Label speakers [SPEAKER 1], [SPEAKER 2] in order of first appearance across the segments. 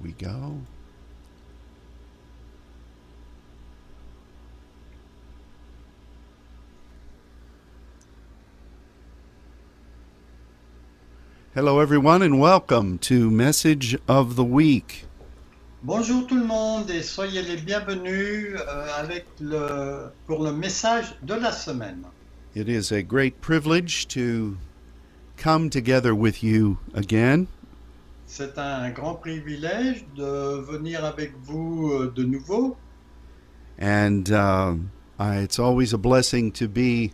[SPEAKER 1] we go. Hello, everyone, and welcome to Message of the Week.
[SPEAKER 2] Bonjour tout le monde et soyez les bienvenus euh, avec le, pour le message de la semaine.
[SPEAKER 1] It is a great privilege to come together with you again.
[SPEAKER 2] C'est un grand privilège de venir avec vous euh, de nouveau
[SPEAKER 1] And uh, I, it's always a blessing to be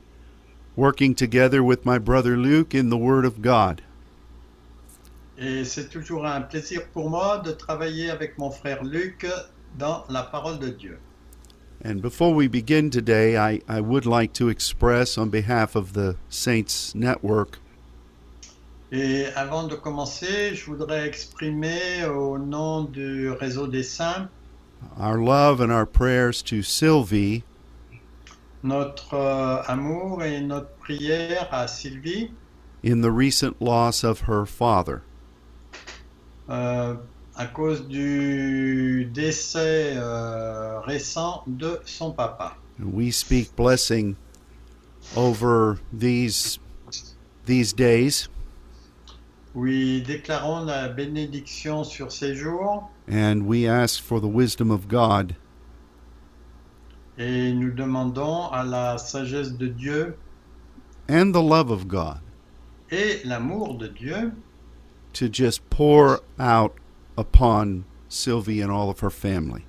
[SPEAKER 1] working together with my brother Luke in the Word of God.
[SPEAKER 2] et c'est toujours un plaisir pour moi de travailler avec mon frère Luc dans la parole de Dieu.
[SPEAKER 1] And before we begin today, I, I would like to express on behalf of the Saints Network
[SPEAKER 2] Et avant de commencer, je voudrais exprimer au nom du réseau des saints
[SPEAKER 1] our love and our prayers to Sylvie
[SPEAKER 2] notre euh, amour et notre prière à Sylvie
[SPEAKER 1] in the recent loss of her father.
[SPEAKER 2] euh, à cause du décès euh, récent de son papa.
[SPEAKER 1] And we speak blessing over these these days
[SPEAKER 2] Oui, déclarons la bénédiction sur ces jours
[SPEAKER 1] and we ask for the wisdom of God
[SPEAKER 2] et nous demandons à la sagesse de Dieu
[SPEAKER 1] and the love of God
[SPEAKER 2] et l'amour de Dieu
[SPEAKER 1] to just pour out upon Sylvie and all of her family.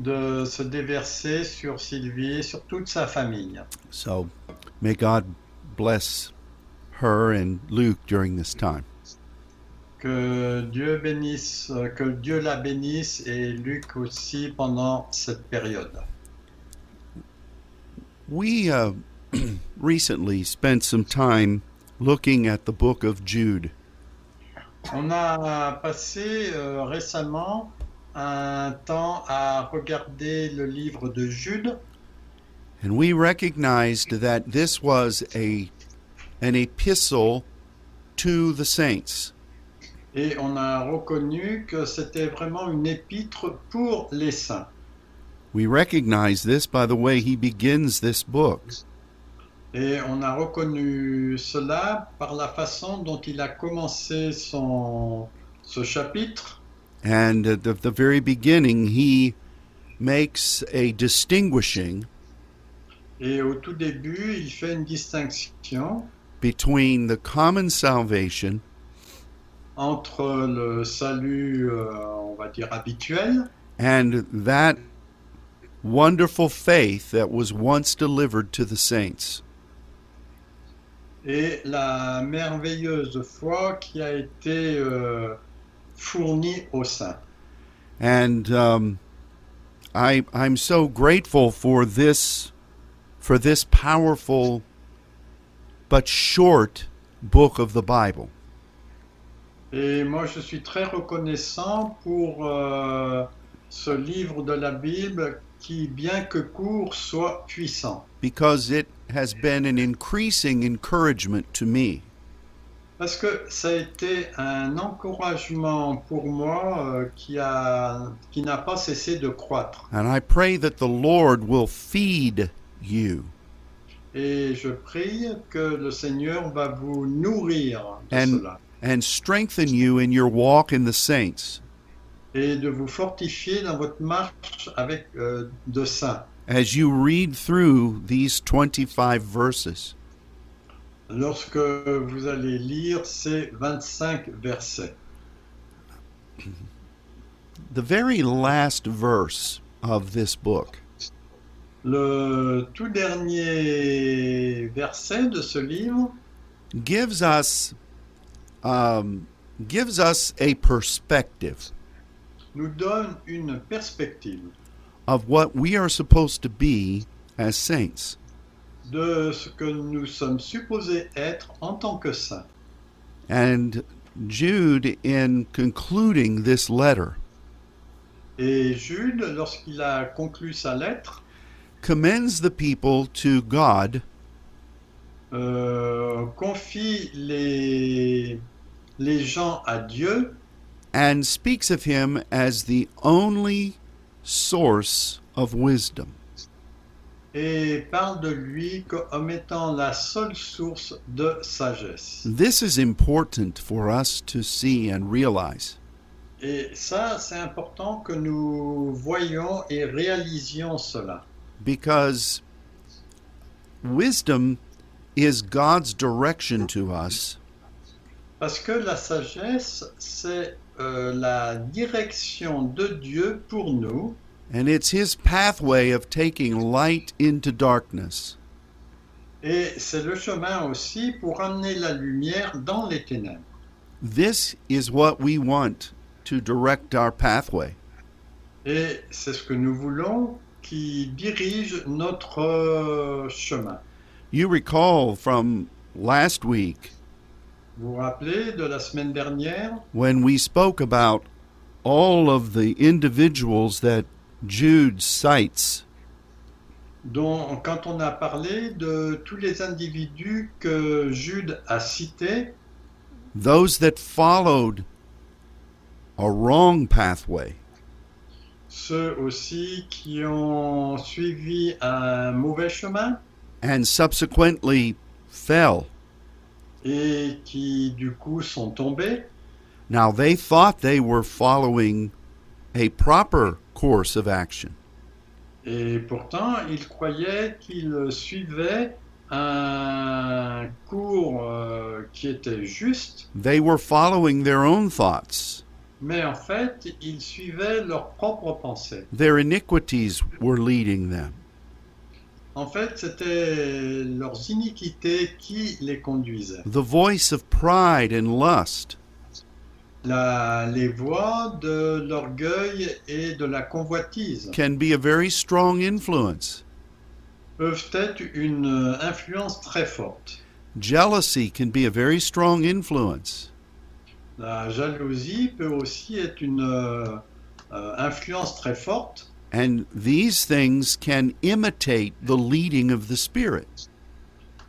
[SPEAKER 2] de se déverser sur Sylvie et sur toute sa famille.
[SPEAKER 1] So may God bless her and Luke during this time.
[SPEAKER 2] Que Dieu bénisse, euh, que Dieu la bénisse et Luc aussi pendant cette période.
[SPEAKER 1] We uh, recently spent some time looking at the book of Jude,
[SPEAKER 2] On a passé euh, récemment un temps à regarder le livre de Jude
[SPEAKER 1] and we recognized that this was a an epistle to the saints.
[SPEAKER 2] et on a reconnu que c'était vraiment une épître pour les saints.
[SPEAKER 1] We recognize this by the way he begins this book.
[SPEAKER 2] Et on a reconnu cela par la façon dont il a commencé son, ce chapitre.
[SPEAKER 1] And at the, the very beginning, he makes a distinguishing
[SPEAKER 2] Et au tout début, il fait une distinction
[SPEAKER 1] between the common salvation
[SPEAKER 2] entre le salut, euh, on va dire, habituel
[SPEAKER 1] and that wonderful faith that was once delivered to the saints.
[SPEAKER 2] et la merveilleuse foi qui a été euh, fournie aux saints.
[SPEAKER 1] And um, I, I'm so grateful for this, for this powerful but short book of the Bible.
[SPEAKER 2] Et moi, je suis très reconnaissant pour euh, ce livre de la Bible qui, bien que court, soit puissant.
[SPEAKER 1] because it has been an increasing encouragement to me.
[SPEAKER 2] Parce que ça a été un encouragement pour moi euh, qui a- qui n'a pas cessé de croître.
[SPEAKER 1] And I pray that the Lord will feed you
[SPEAKER 2] Et je prie que le Seigneur va vous nourrir de
[SPEAKER 1] And-
[SPEAKER 2] cela
[SPEAKER 1] and strengthen you in your walk in the saints
[SPEAKER 2] et de vous fortifier dans votre marche avec euh, de saints.
[SPEAKER 1] as you read through these 25 verses.
[SPEAKER 2] Lorsque vous allez lire ces 25 versets,
[SPEAKER 1] The very last verse of this book
[SPEAKER 2] le tout dernier verset de ce livre
[SPEAKER 1] gives us um, gives us a perspective
[SPEAKER 2] nous donne une perspective
[SPEAKER 1] of what we are supposed to be as saints.
[SPEAKER 2] de ce que nous sommes supposés être en tant que saints.
[SPEAKER 1] And Jude, in concluding this letter,
[SPEAKER 2] Et Jude, lorsqu'il a conclu sa lettre,
[SPEAKER 1] commends the people to God
[SPEAKER 2] euh, confie les, les gens à Dieu
[SPEAKER 1] and speaks of him as the only source of wisdom.
[SPEAKER 2] et parle de lui comme étant la seule source de sagesse.
[SPEAKER 1] This is important for us to see and realize.
[SPEAKER 2] Et ça, c'est important que nous voyions et réalisions cela.
[SPEAKER 1] because wisdom is God's direction to us
[SPEAKER 2] Parce que la sagesse, c'est euh, la direction de Dieu pour nous,
[SPEAKER 1] and it's his pathway of taking light into darkness.
[SPEAKER 2] et c'est le chemin aussi pour amener la lumière dans les ténèbres.
[SPEAKER 1] This is what we want to direct our pathway.
[SPEAKER 2] Et c'est ce que nous voulons qui dirige notre euh, chemin.
[SPEAKER 1] You recall from last week
[SPEAKER 2] Vous vous rappelez de la semaine dernière
[SPEAKER 1] when we spoke about all of the individuals that Jude cites
[SPEAKER 2] dont, quand on a parlé de tous les individus que Jude a cités,
[SPEAKER 1] those that followed a wrong pathway.
[SPEAKER 2] ceux aussi qui ont suivi un mauvais chemin
[SPEAKER 1] and subsequently fell.
[SPEAKER 2] et qui du coup sont tombés,
[SPEAKER 1] Now they thought they were following a proper course of action,
[SPEAKER 2] et pourtant ils croyaient qu'ils suivaient un cours euh, qui était juste,
[SPEAKER 1] they were following their own thoughts.
[SPEAKER 2] mais en fait ils suivaient leurs propres pensées.
[SPEAKER 1] Their iniquities were leading them.
[SPEAKER 2] En fait c'était leurs iniquités qui les conduisaient.
[SPEAKER 1] The voice of pride and lust,
[SPEAKER 2] La- les voies de l'orgueil et de la convoitise
[SPEAKER 1] can be a very strong influence.
[SPEAKER 2] peuvent être une euh, influence très forte.
[SPEAKER 1] Jealousy can be a very strong influence.
[SPEAKER 2] La jalousie peut aussi être une euh, euh, influence très forte
[SPEAKER 1] And these things can imitate the leading of the Spirit.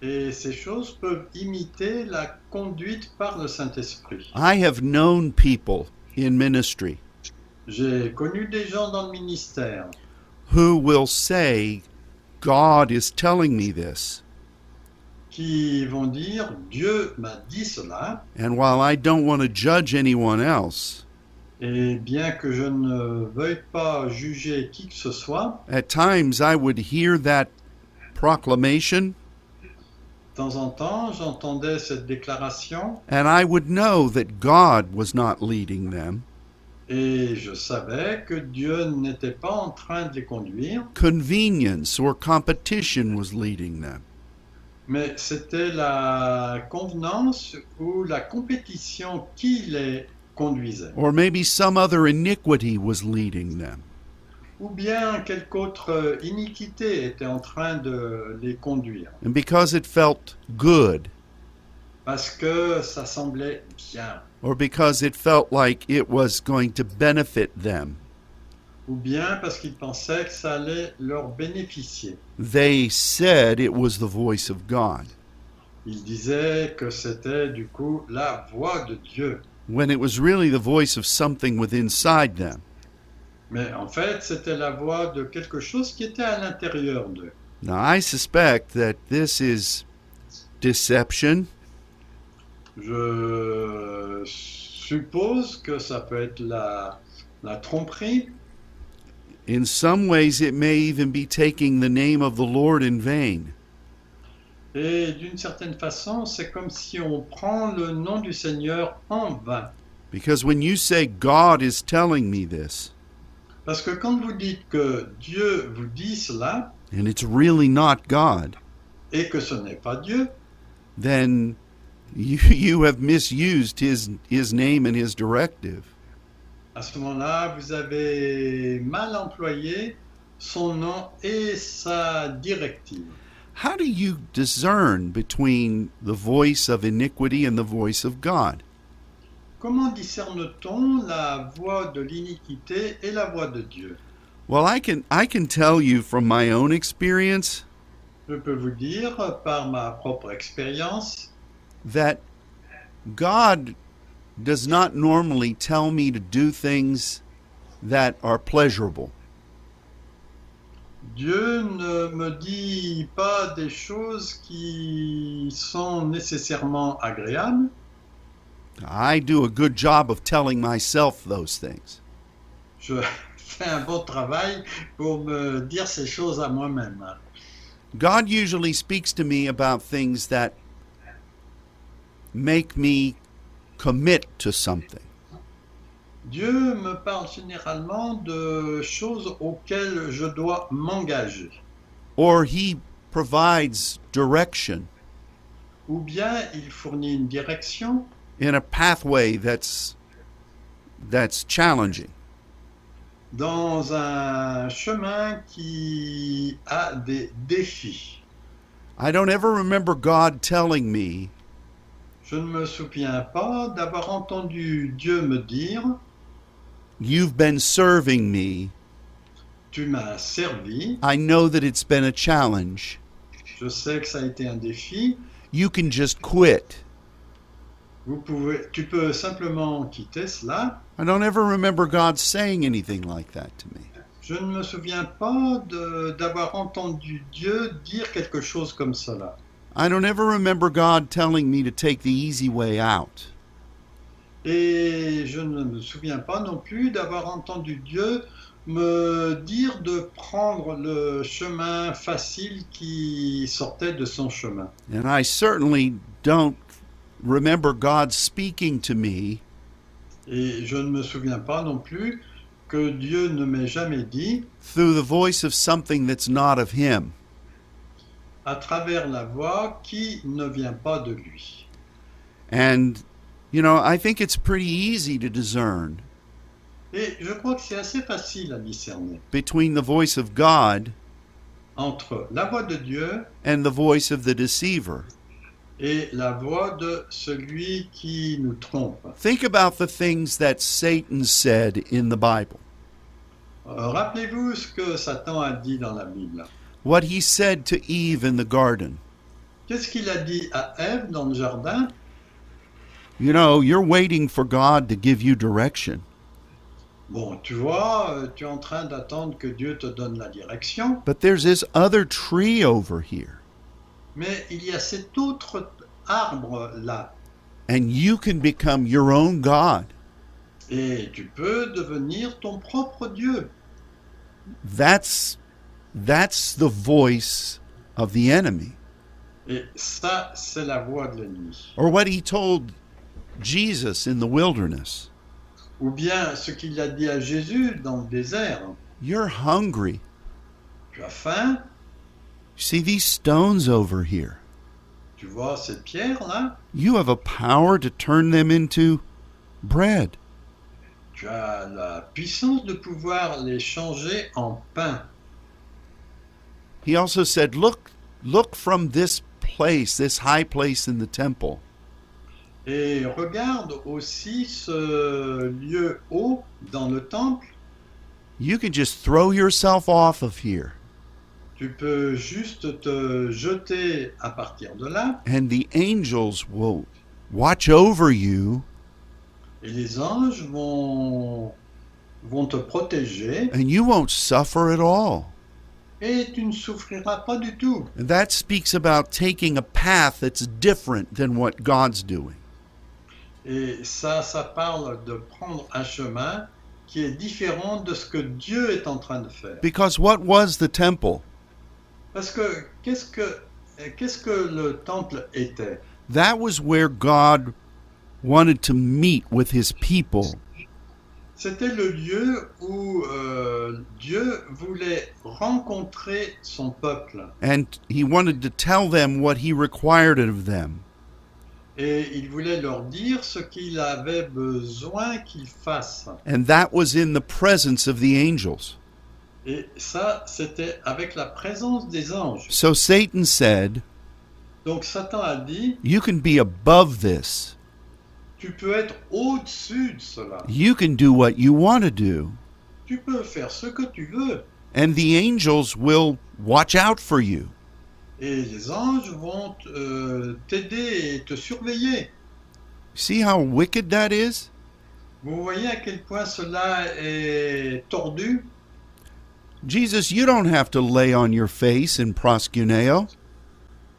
[SPEAKER 2] et ces choses peuvent imiter la conduite par le Saint-Esprit.
[SPEAKER 1] I have known people in ministry
[SPEAKER 2] J'ai connu des gens dans le ministère
[SPEAKER 1] who will say, God is telling me this.
[SPEAKER 2] qui vont dire Dieu m'a dit cela
[SPEAKER 1] And while I don't want to judge anyone else,
[SPEAKER 2] et bien que je ne veuille pas juger qui que ce soit,
[SPEAKER 1] at times I would hear that proclamation
[SPEAKER 2] de temps en temps j'entendais cette déclaration
[SPEAKER 1] and I would know that God was not leading them.
[SPEAKER 2] Et je savais que Dieu n'était pas en train de les conduire,
[SPEAKER 1] Convenience or competition was leading them.
[SPEAKER 2] mais c'était la convenance ou la compétition qui les conduisait.
[SPEAKER 1] Or maybe some other iniquity was leading them.
[SPEAKER 2] Ou bien quelque autre iniquité était en train de les conduire,
[SPEAKER 1] And because it felt good,
[SPEAKER 2] parce que ça semblait bien,
[SPEAKER 1] or because it felt like it was going to benefit them,
[SPEAKER 2] ou bien parce qu'ils pensaient que ça allait leur bénéficier.
[SPEAKER 1] they said it was the voice of God.
[SPEAKER 2] Ils disaient que c'était du coup la voix de Dieu.
[SPEAKER 1] when it was really the voice of something within inside them.
[SPEAKER 2] Mais en fait, c'était la voix de quelque chose qui était à l'intérieur d'eux.
[SPEAKER 1] Now, I suspect that this is deception,
[SPEAKER 2] Je suppose que ça peut être la, la tromperie.
[SPEAKER 1] in some ways, it may even be taking the name of the Lord in vain.
[SPEAKER 2] Et d'une certaine façon, c'est comme si on prend le nom du Seigneur en vain.
[SPEAKER 1] Because when you say, God is telling me this,
[SPEAKER 2] Parce que quand vous dites que Dieu vous dit cela
[SPEAKER 1] and it's really not God,
[SPEAKER 2] et que ce n'est pas Dieu,
[SPEAKER 1] then you, you have misused his, his name and his directive.
[SPEAKER 2] à ce moment-là, vous avez mal employé son nom et sa directive.
[SPEAKER 1] How do you discern between the voice of iniquity and the voice of God?
[SPEAKER 2] Comment discerne-t-on la voix de l'iniquité et la voix de Dieu
[SPEAKER 1] Well, I can I can tell you from my own experience
[SPEAKER 2] Je peux vous dire par ma propre expérience
[SPEAKER 1] that God does not normally tell me to do things that are pleasurable.
[SPEAKER 2] Dieu ne me dit pas des choses qui sont nécessairement agréables.
[SPEAKER 1] I do a good job of telling myself those things.
[SPEAKER 2] Je fais un bon travail pour me dire ces choses à moi-même.
[SPEAKER 1] God usually speaks to me about things that make me commit to something.
[SPEAKER 2] Dieu me parle généralement de choses auxquelles je dois m'engager.
[SPEAKER 1] Or he provides direction
[SPEAKER 2] Ou bien il fournit une direction
[SPEAKER 1] in a pathway that's that's challenging.
[SPEAKER 2] dans un chemin qui a des défis.
[SPEAKER 1] I don't ever remember God telling me,
[SPEAKER 2] Je ne me souviens pas d'avoir entendu Dieu me dire,
[SPEAKER 1] "You've been serving me.
[SPEAKER 2] tu m'as servi,
[SPEAKER 1] I know that it's been a challenge.
[SPEAKER 2] je sais que ça a été un défi,
[SPEAKER 1] You can just quit."
[SPEAKER 2] Vous pouvez, tu peux simplement quitter cela.
[SPEAKER 1] I don't ever remember God saying anything like that to me.
[SPEAKER 2] Je ne me souviens pas de- d'avoir entendu Dieu dire quelque chose comme cela.
[SPEAKER 1] I don't ever remember God telling me to take the easy way out.
[SPEAKER 2] Et je ne me souviens pas non plus d'avoir entendu Dieu me dire de prendre le chemin facile qui sortait de son chemin.
[SPEAKER 1] And I certainly don't remember God speaking to me
[SPEAKER 2] Et je ne me souviens pas non plus que Dieu ne m'ait jamais dit,
[SPEAKER 1] through the voice of something that's not of Him.
[SPEAKER 2] à travers la voix qui ne vient pas de lui.
[SPEAKER 1] And, you know, I think it's pretty easy to discern
[SPEAKER 2] Et je crois que c'est assez facile à discerner.
[SPEAKER 1] between the voice of God
[SPEAKER 2] entre la voix de Dieu
[SPEAKER 1] and the voice of the deceiver.
[SPEAKER 2] et la voix de celui qui nous trompe. Euh,
[SPEAKER 1] Think about the things that Satan said in the Bible.
[SPEAKER 2] Euh, Rappelez-vous ce que Satan a dit dans la Bible.
[SPEAKER 1] What he said to Eve in the garden
[SPEAKER 2] Qu'est-ce qu'il a dit à Ève dans le jardin
[SPEAKER 1] You know, you're waiting for God to give you direction.
[SPEAKER 2] Bon, tu vois, euh, tu es en train d'attendre que Dieu te donne la direction,
[SPEAKER 1] But there's this other tree over here,
[SPEAKER 2] mais il y a cet autre arbre là,
[SPEAKER 1] and you can become your own God.
[SPEAKER 2] et tu peux devenir ton propre Dieu.
[SPEAKER 1] That's that's the voice of the enemy.
[SPEAKER 2] Et ça, c'est la voix de l'ennemi.
[SPEAKER 1] Or what he told Jesus in the wilderness.
[SPEAKER 2] Ou bien ce qu'il a dit à Jésus dans le désert.
[SPEAKER 1] You're hungry.
[SPEAKER 2] Tu as faim,
[SPEAKER 1] See these stones over here.
[SPEAKER 2] tu vois ces pierres là,
[SPEAKER 1] You have a power to turn them into bread.
[SPEAKER 2] Tu as la puissance de pouvoir les changer en pain.
[SPEAKER 1] He also said, "Look, look from this place, this high place in the temple.
[SPEAKER 2] Et regarde aussi ce lieu haut dans le temple.
[SPEAKER 1] You can just throw yourself off of here."
[SPEAKER 2] Tu peux juste te jeter à partir de là
[SPEAKER 1] and the angels will watch over you
[SPEAKER 2] et les anges vont, vont te protéger
[SPEAKER 1] and you won't suffer at all.
[SPEAKER 2] et tu ne souffriras pas du tout.
[SPEAKER 1] And that speaks about taking a path that's different than what God's doing.
[SPEAKER 2] Et ça, ça parle de prendre un chemin qui est différent de ce que Dieu est en train de faire.
[SPEAKER 1] Because what was the temple?
[SPEAKER 2] Parce que qu'est-ce que, qu'est-ce que le temple était
[SPEAKER 1] That was where God wanted to meet with his people
[SPEAKER 2] C'était le lieu où euh, Dieu voulait rencontrer son peuple
[SPEAKER 1] and he wanted to tell them what he required of them.
[SPEAKER 2] et il voulait leur dire ce qu'il avait besoin qu'ils fassent.
[SPEAKER 1] And that was in the presence of the angels.
[SPEAKER 2] Et ça, c'était avec la présence des anges.
[SPEAKER 1] So Satan said,
[SPEAKER 2] Donc Satan a dit,
[SPEAKER 1] You can be above this.
[SPEAKER 2] tu peux être au-dessus de cela.
[SPEAKER 1] You can do what you want to do.
[SPEAKER 2] Tu peux faire ce que tu veux.
[SPEAKER 1] and the angels will watch out for you.
[SPEAKER 2] Et les anges vont euh, t'aider et te surveiller.
[SPEAKER 1] See how wicked that is?
[SPEAKER 2] Vous voyez à quel point cela est tordu
[SPEAKER 1] Jesus, you don't have to lay on your face in proskuneo.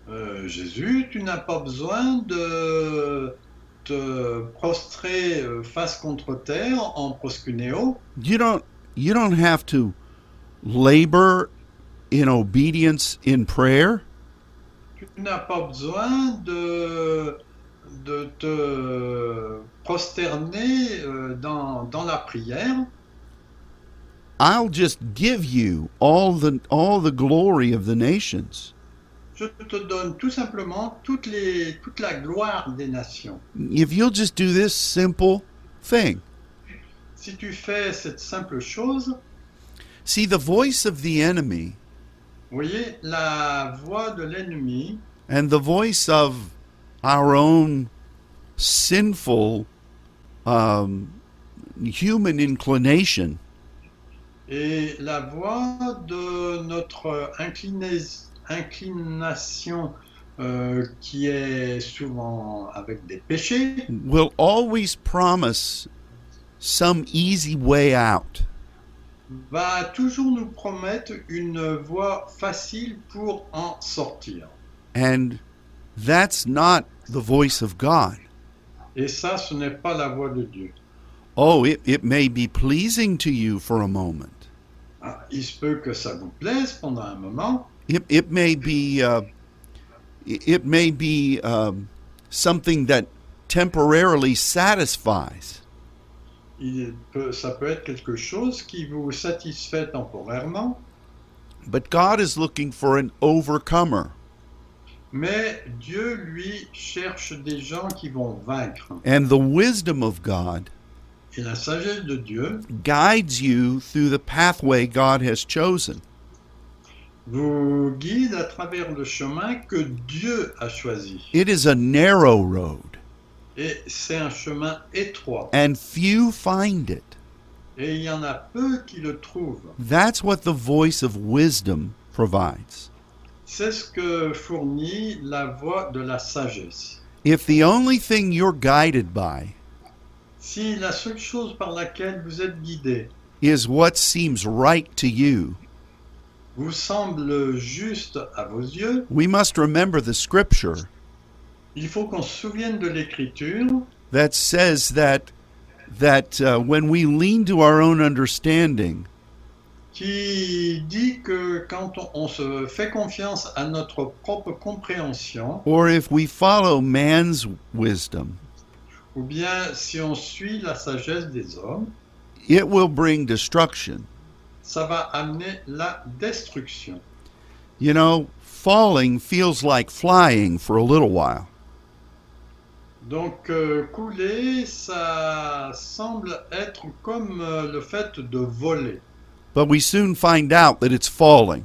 [SPEAKER 2] Euh, Jésus, tu n'as pas besoin de te prostrer euh, face contre terre en proscunéo.
[SPEAKER 1] You don't you don't have to labor in obedience in prayer.
[SPEAKER 2] Tu n'as pas besoin de, de te prosterner euh, dans, dans la prière.
[SPEAKER 1] I'll just give you all the all the glory of the nations.
[SPEAKER 2] Je te donne tout simplement toutes les, toute la gloire des nations.
[SPEAKER 1] If you'll just do this simple thing.
[SPEAKER 2] Si tu fais cette simple chose,
[SPEAKER 1] See the voice of the enemy
[SPEAKER 2] vous voyez, la voix de l'ennemi
[SPEAKER 1] and the voice of our own sinful um, human inclination
[SPEAKER 2] et la voix de notre inclina- inclination euh, qui est souvent avec des péchés
[SPEAKER 1] will always promise some easy way out.
[SPEAKER 2] va toujours nous promettre une voie facile pour en sortir.
[SPEAKER 1] And that's not the voice of God.
[SPEAKER 2] Et ça, ce n'est pas la voie de Dieu.
[SPEAKER 1] Oh, it, it may be pleasing to you for a moment.
[SPEAKER 2] Ah, Il se peut que ça vous plaise pendant un moment,
[SPEAKER 1] It, it may be uh, it it may be um, something that temporarily satisfies.
[SPEAKER 2] Il peut- ça peut être quelque chose qui vous satisfait temporairement,
[SPEAKER 1] But God is looking for an overcomer.
[SPEAKER 2] mais Dieu, lui, cherche des gens qui vont vaincre.
[SPEAKER 1] And the wisdom of God
[SPEAKER 2] Et la sagesse de Dieu
[SPEAKER 1] guides you through the pathway God has chosen.
[SPEAKER 2] vous guide à travers le chemin que Dieu a choisi.
[SPEAKER 1] It is a narrow road,
[SPEAKER 2] Et c'est un chemin étroit.
[SPEAKER 1] and few find it.
[SPEAKER 2] Et il y en a peu qui le trouvent.
[SPEAKER 1] That's what the voice of wisdom provides.
[SPEAKER 2] C'est ce que fournit la voie de la sagesse.
[SPEAKER 1] If the only thing you're guided by
[SPEAKER 2] Si la seule chose par laquelle vous êtes guidé
[SPEAKER 1] is what seems right to you,
[SPEAKER 2] vous semble juste à vos yeux,
[SPEAKER 1] we must remember the scripture
[SPEAKER 2] il faut qu'on se souvienne de l'écriture
[SPEAKER 1] that says that that uh, when we lean to our own understanding,
[SPEAKER 2] qui dit que quand on- on se fait confiance à notre propre compréhension,
[SPEAKER 1] or if we follow man's wisdom,
[SPEAKER 2] ou bien si on suit la sagesse des hommes,
[SPEAKER 1] it will bring destruction.
[SPEAKER 2] ça va amener la destruction.
[SPEAKER 1] You know, falling feels like flying for a little while.
[SPEAKER 2] Donc euh, couler, ça semble être comme euh, le fait de voler.
[SPEAKER 1] But we soon find out that it's falling.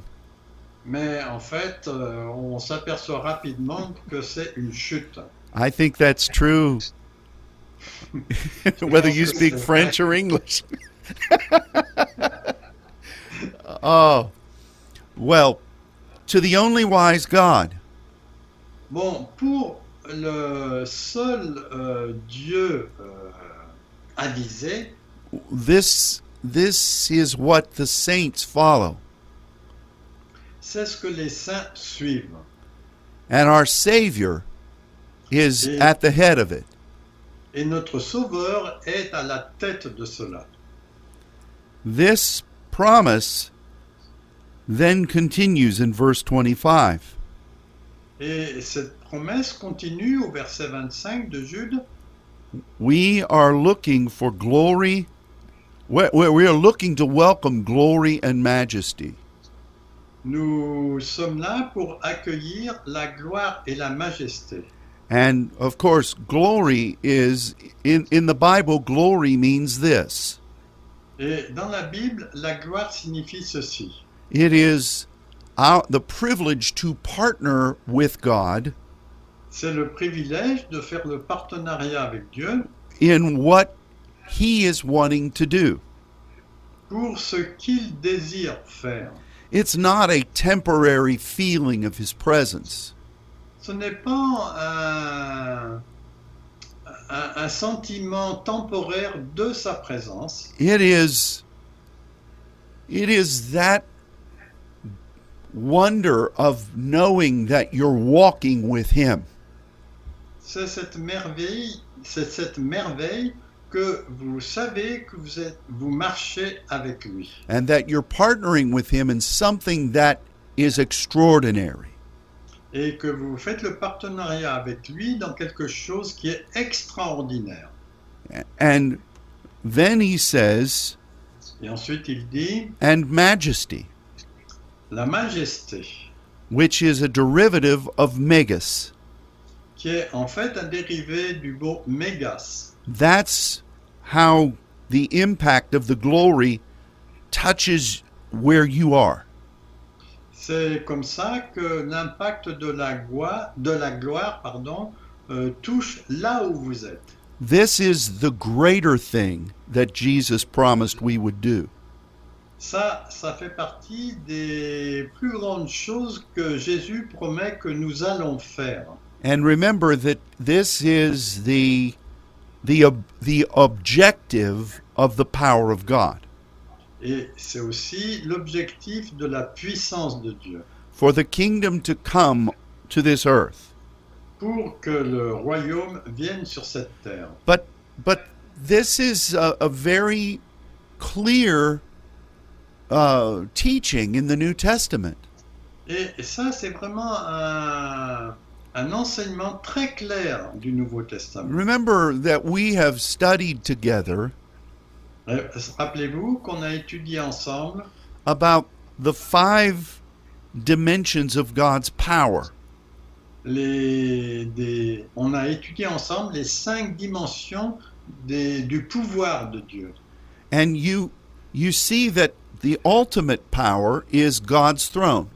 [SPEAKER 2] Mais en fait, euh, on s'aperçoit rapidement que c'est une chute.
[SPEAKER 1] I think that's true. Whether you speak French or English. oh, well, to the only wise God,
[SPEAKER 2] Bon, pour le seul euh, Dieu euh, avisé,
[SPEAKER 1] this this is what the saints follow,
[SPEAKER 2] c'est ce que les saints suivent.
[SPEAKER 1] and our Savior is
[SPEAKER 2] Mm.
[SPEAKER 1] at the head of it.
[SPEAKER 2] Et notre Sauveur est à la tête de cela.
[SPEAKER 1] This promise then continues in verse 25.
[SPEAKER 2] Et cette promesse continue au verset 25 de Jude.
[SPEAKER 1] We are looking for glory. We we- we are looking to welcome glory and majesty.
[SPEAKER 2] Nous sommes là pour accueillir la gloire et la majesté.
[SPEAKER 1] And of course, glory is in, in the Bible, glory means this
[SPEAKER 2] Et dans la Bible, la gloire signifie ceci.
[SPEAKER 1] it is our, the privilege to partner with God
[SPEAKER 2] C'est le privilège de faire le partenariat avec Dieu
[SPEAKER 1] in what He is wanting to do.
[SPEAKER 2] pour ce qu'il désire faire.
[SPEAKER 1] It's not a temporary feeling of His presence,
[SPEAKER 2] Ce n'est pas un, un, un sentiment temporaire de sa présence.
[SPEAKER 1] It is it is that wonder of knowing that you're walking with him.
[SPEAKER 2] C'est cette merveille, c'est cette merveille que vous savez que vous êtes, vous marchez avec lui
[SPEAKER 1] and that you're partnering with him in something that is extraordinary.
[SPEAKER 2] et que vous faites le partenariat avec lui dans quelque chose qui est extraordinaire.
[SPEAKER 1] And then he says,
[SPEAKER 2] Et ensuite il dit
[SPEAKER 1] and majesty,
[SPEAKER 2] la majesté,
[SPEAKER 1] which is a derivative of megas.
[SPEAKER 2] qui est en fait un dérivé du mot mégas.
[SPEAKER 1] That's how the impact of the glory touches where you are.
[SPEAKER 2] C'est comme ça que l'impact de la gloire, de la gloire pardon, euh, touche là où vous êtes.
[SPEAKER 1] This is the greater thing that Jesus promised we would do.
[SPEAKER 2] Ça, ça fait partie des plus grandes choses que Jésus promet que nous allons faire.
[SPEAKER 1] And remember that this is the the ob- the objective of the power of God.
[SPEAKER 2] Et c'est aussi l'objectif de la puissance de Dieu.
[SPEAKER 1] For the kingdom to come to this earth.
[SPEAKER 2] pour que le royaume vienne sur cette terre.
[SPEAKER 1] But but this is a, a very clear uh, teaching in the New Testament.
[SPEAKER 2] Et ça, c'est vraiment un, un enseignement très clair du Nouveau Testament.
[SPEAKER 1] Remember that we have studied together
[SPEAKER 2] Euh, Rappelez-vous qu'on a étudié ensemble
[SPEAKER 1] about the five dimensions of God's power.
[SPEAKER 2] les, des- on a étudié ensemble les cinq dimensions des- du pouvoir de Dieu.
[SPEAKER 1] And you you see that the ultimate power is God's throne.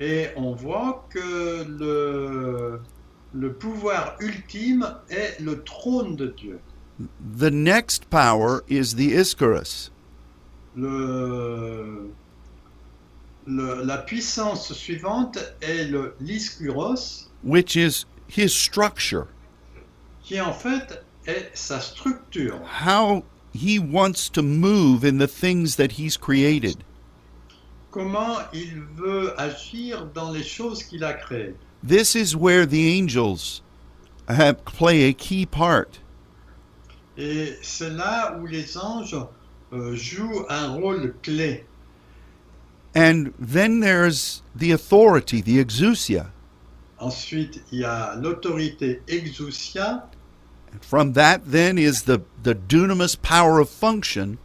[SPEAKER 2] Et on voit que le, le pouvoir ultime est le trône de Dieu.
[SPEAKER 1] The next power is the Icarus.
[SPEAKER 2] Le, le- la puissance suivante est le l'iscuros,
[SPEAKER 1] which is his structure,
[SPEAKER 2] qui en fait est sa structure,
[SPEAKER 1] how he wants to move in the things that he's created.
[SPEAKER 2] comment il veut agir dans les choses qu'il a créées.
[SPEAKER 1] This is where the angels have, play a key part.
[SPEAKER 2] Et c'est là où les anges euh, jouent un rôle clé.
[SPEAKER 1] And then there's the authority, the exousia.
[SPEAKER 2] Ensuite, il y a l'autorité exousia,
[SPEAKER 1] From that, then, is the, the dunamis power of function,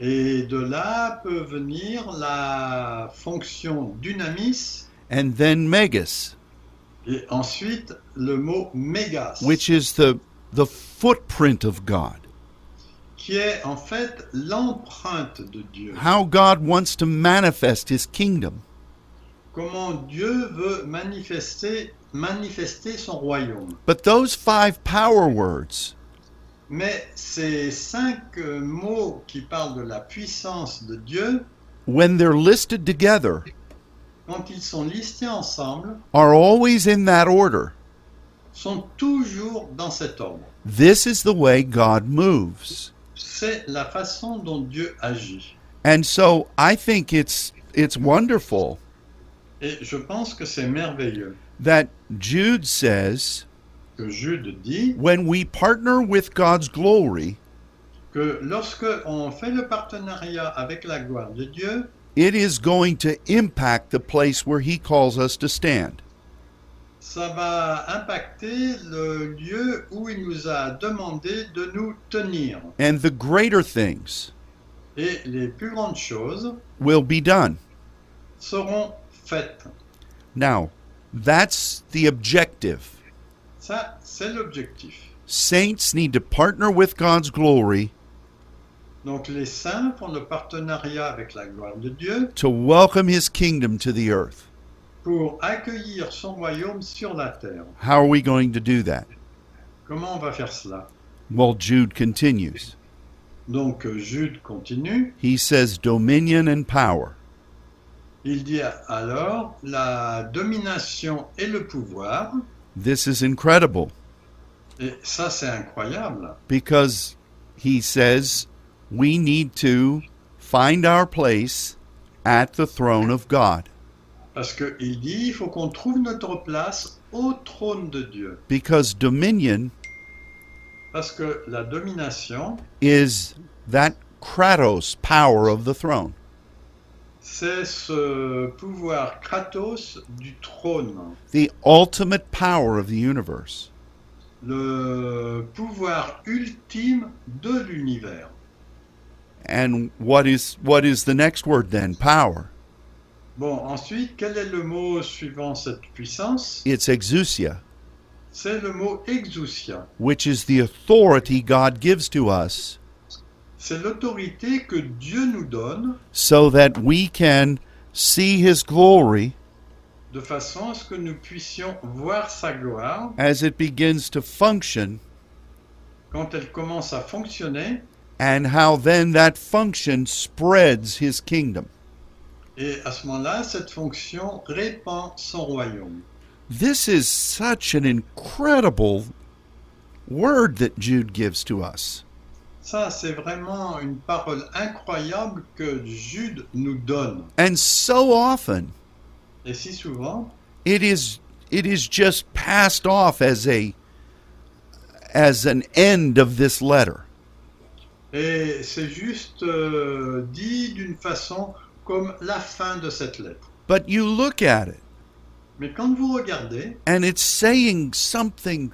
[SPEAKER 2] et de là peut venir la fonction dynamis,
[SPEAKER 1] and then megas,
[SPEAKER 2] et ensuite le mot mégas.
[SPEAKER 1] which is the, the footprint of God,
[SPEAKER 2] qui est en fait l'empreinte de Dieu.
[SPEAKER 1] how God wants to manifest his kingdom.
[SPEAKER 2] Comment Dieu veut manifester, manifester son royaume.
[SPEAKER 1] But those five power words
[SPEAKER 2] Mais ces cinq euh, mots qui parlent de la puissance de Dieu,
[SPEAKER 1] when they're listed together,
[SPEAKER 2] quand ils sont listés ensemble,
[SPEAKER 1] are always in that order.
[SPEAKER 2] sont toujours dans cet ordre.
[SPEAKER 1] This is the way God moves.
[SPEAKER 2] C'est la façon dont Dieu agit.
[SPEAKER 1] And so I think it's it's wonderful
[SPEAKER 2] Et je pense que c'est merveilleux
[SPEAKER 1] that Jude says
[SPEAKER 2] que Jude dit
[SPEAKER 1] when we partner with God's glory,
[SPEAKER 2] que lorsque on fait le partenariat avec la gloire de Dieu,
[SPEAKER 1] it is going to impact the place where he calls us to stand.
[SPEAKER 2] ça va impacter le lieu où il nous a demandé de nous tenir.
[SPEAKER 1] And the greater things
[SPEAKER 2] Et les plus grandes choses
[SPEAKER 1] will be done.
[SPEAKER 2] seront faites.
[SPEAKER 1] Now, that's the objective.
[SPEAKER 2] Ça, c'est l'objectif.
[SPEAKER 1] Saints need to partner with God's glory
[SPEAKER 2] Donc les saints font le partenariat avec la gloire de Dieu
[SPEAKER 1] to welcome his kingdom to the earth.
[SPEAKER 2] pour accueillir son royaume sur la terre.
[SPEAKER 1] How are we going to do that?
[SPEAKER 2] Comment on va faire cela
[SPEAKER 1] Well, Jude continues.
[SPEAKER 2] Donc euh, Jude continue.
[SPEAKER 1] He says, Dominion and power.
[SPEAKER 2] Il dit alors la domination et le pouvoir.
[SPEAKER 1] This is incredible.
[SPEAKER 2] Et ça, c'est incroyable.
[SPEAKER 1] because he says we need to find our place at the throne of God
[SPEAKER 2] Parce qu'il dit, il faut qu'on trouve notre place au trône de Dieu.
[SPEAKER 1] because dominion
[SPEAKER 2] Parce que la domination,
[SPEAKER 1] is that kratos power of the throne.
[SPEAKER 2] c'est ce pouvoir kratos du trône.
[SPEAKER 1] The ultimate power of the universe.
[SPEAKER 2] Le pouvoir ultime de l'univers.
[SPEAKER 1] And what is what is the next word then? Power.
[SPEAKER 2] Bon, ensuite, quel est le mot suivant cette puissance
[SPEAKER 1] It's exousia,
[SPEAKER 2] C'est le mot exousia.
[SPEAKER 1] which is the authority God gives to us
[SPEAKER 2] C'est l'autorité que Dieu nous donne
[SPEAKER 1] so that we can see his glory
[SPEAKER 2] de façon à ce que nous puissions voir sa gloire
[SPEAKER 1] as it begins to function
[SPEAKER 2] quand elle commence à fonctionner
[SPEAKER 1] and how then that function spreads his kingdom.
[SPEAKER 2] et à ce moment-là, cette fonction répand son royaume.
[SPEAKER 1] This is such an incredible word that Jude gives to us.
[SPEAKER 2] Ça, c'est vraiment une parole incroyable que Jude nous donne.
[SPEAKER 1] And so often
[SPEAKER 2] Et si souvent,
[SPEAKER 1] it is it is just passed off as a as an end of this letter.
[SPEAKER 2] et c'est juste euh, dit d'une façon comme la fin de cette lettre.
[SPEAKER 1] But you look at it
[SPEAKER 2] Mais quand vous regardez,
[SPEAKER 1] and it's saying something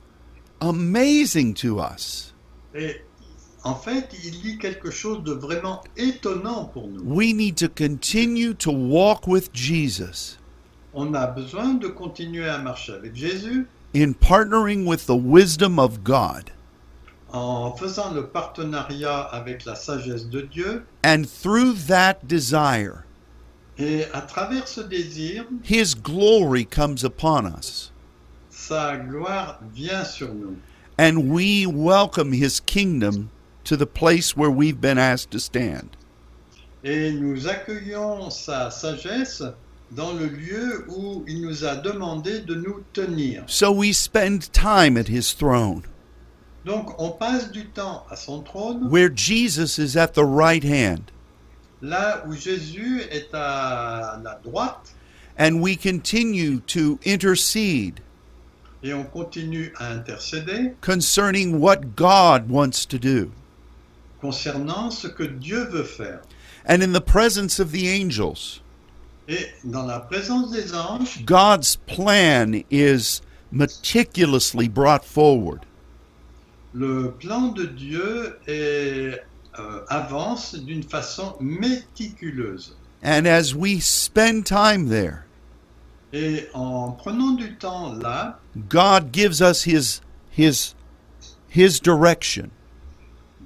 [SPEAKER 1] amazing to us.
[SPEAKER 2] et en fait, il dit quelque chose de vraiment étonnant pour nous.
[SPEAKER 1] We need to continue to walk with Jesus
[SPEAKER 2] On a besoin de continuer à marcher avec Jésus
[SPEAKER 1] in partnering with the wisdom of God.
[SPEAKER 2] en faisant le partenariat avec la sagesse de Dieu.
[SPEAKER 1] And through that desire,
[SPEAKER 2] Et à travers ce désir,
[SPEAKER 1] his glory comes upon us
[SPEAKER 2] sa gloire vient sur nous.
[SPEAKER 1] and we welcome his kingdom to the place where we've been asked to stand.
[SPEAKER 2] Et nous accueillons sa sagesse dans le lieu où il nous a demandé de nous tenir.
[SPEAKER 1] So we spend time at his throne,
[SPEAKER 2] Donc on passe du temps à son trône,
[SPEAKER 1] where Jesus is at the right hand,
[SPEAKER 2] là où Jésus est à la droite,
[SPEAKER 1] and we continue to intercede
[SPEAKER 2] et on continue à intercéder
[SPEAKER 1] concerning what God wants to do.
[SPEAKER 2] concernant ce que Dieu veut faire.
[SPEAKER 1] And in the presence of the angels,
[SPEAKER 2] Et dans la présence des anges,
[SPEAKER 1] God's plan is meticulously brought forward.
[SPEAKER 2] le plan de Dieu est, euh, avance d'une façon méticuleuse.
[SPEAKER 1] And as we spend time there,
[SPEAKER 2] Et en prenant du temps là,
[SPEAKER 1] God gives us his his his direction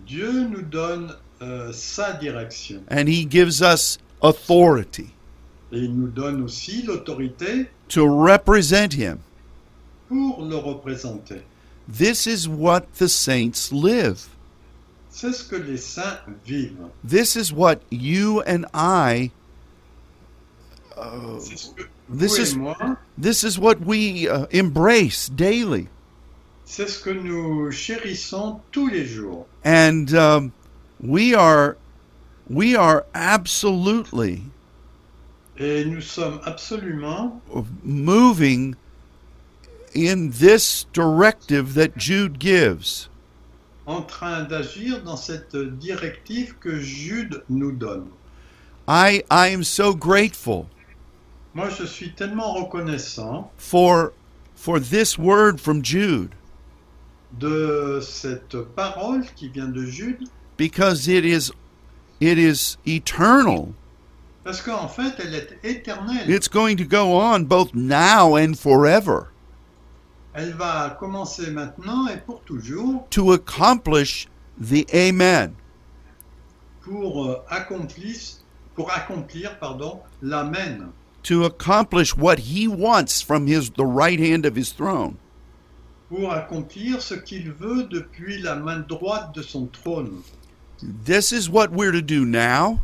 [SPEAKER 2] Dieu nous donne euh, sa direction.
[SPEAKER 1] and he gives us authority
[SPEAKER 2] Et il nous donne aussi l'autorité
[SPEAKER 1] to represent him.
[SPEAKER 2] pour le représenter.
[SPEAKER 1] This is what the saints live.
[SPEAKER 2] C'est ce que les saints vivent.
[SPEAKER 1] This is what you and I uh,
[SPEAKER 2] C'est ce que
[SPEAKER 1] This
[SPEAKER 2] vous
[SPEAKER 1] is-
[SPEAKER 2] et moi,
[SPEAKER 1] this is what we uh, embrace daily.
[SPEAKER 2] c'est ce que nous chérissons tous les jours.
[SPEAKER 1] And um, we are we are absolutely
[SPEAKER 2] Et nous sommes absolument
[SPEAKER 1] moving in this directive that Jude gives.
[SPEAKER 2] en train d'agir dans cette directive que Jude nous donne.
[SPEAKER 1] I, I am so grateful
[SPEAKER 2] Moi, je suis tellement reconnaissant
[SPEAKER 1] for, for this word from Jude
[SPEAKER 2] de cette parole qui vient de Jude,
[SPEAKER 1] because it is, it is eternal.
[SPEAKER 2] parce qu'en fait, elle est éternelle.
[SPEAKER 1] It's going to go on both now and forever
[SPEAKER 2] Elle va commencer maintenant et pour toujours
[SPEAKER 1] to accomplish the Amen.
[SPEAKER 2] pour euh, accomplir, pour accomplir pardon, l'amen,
[SPEAKER 1] To accomplish what he wants from his the right hand of his throne.
[SPEAKER 2] pour accomplir ce qu'il veut depuis la main droite de son trône.
[SPEAKER 1] This is what we're to do now,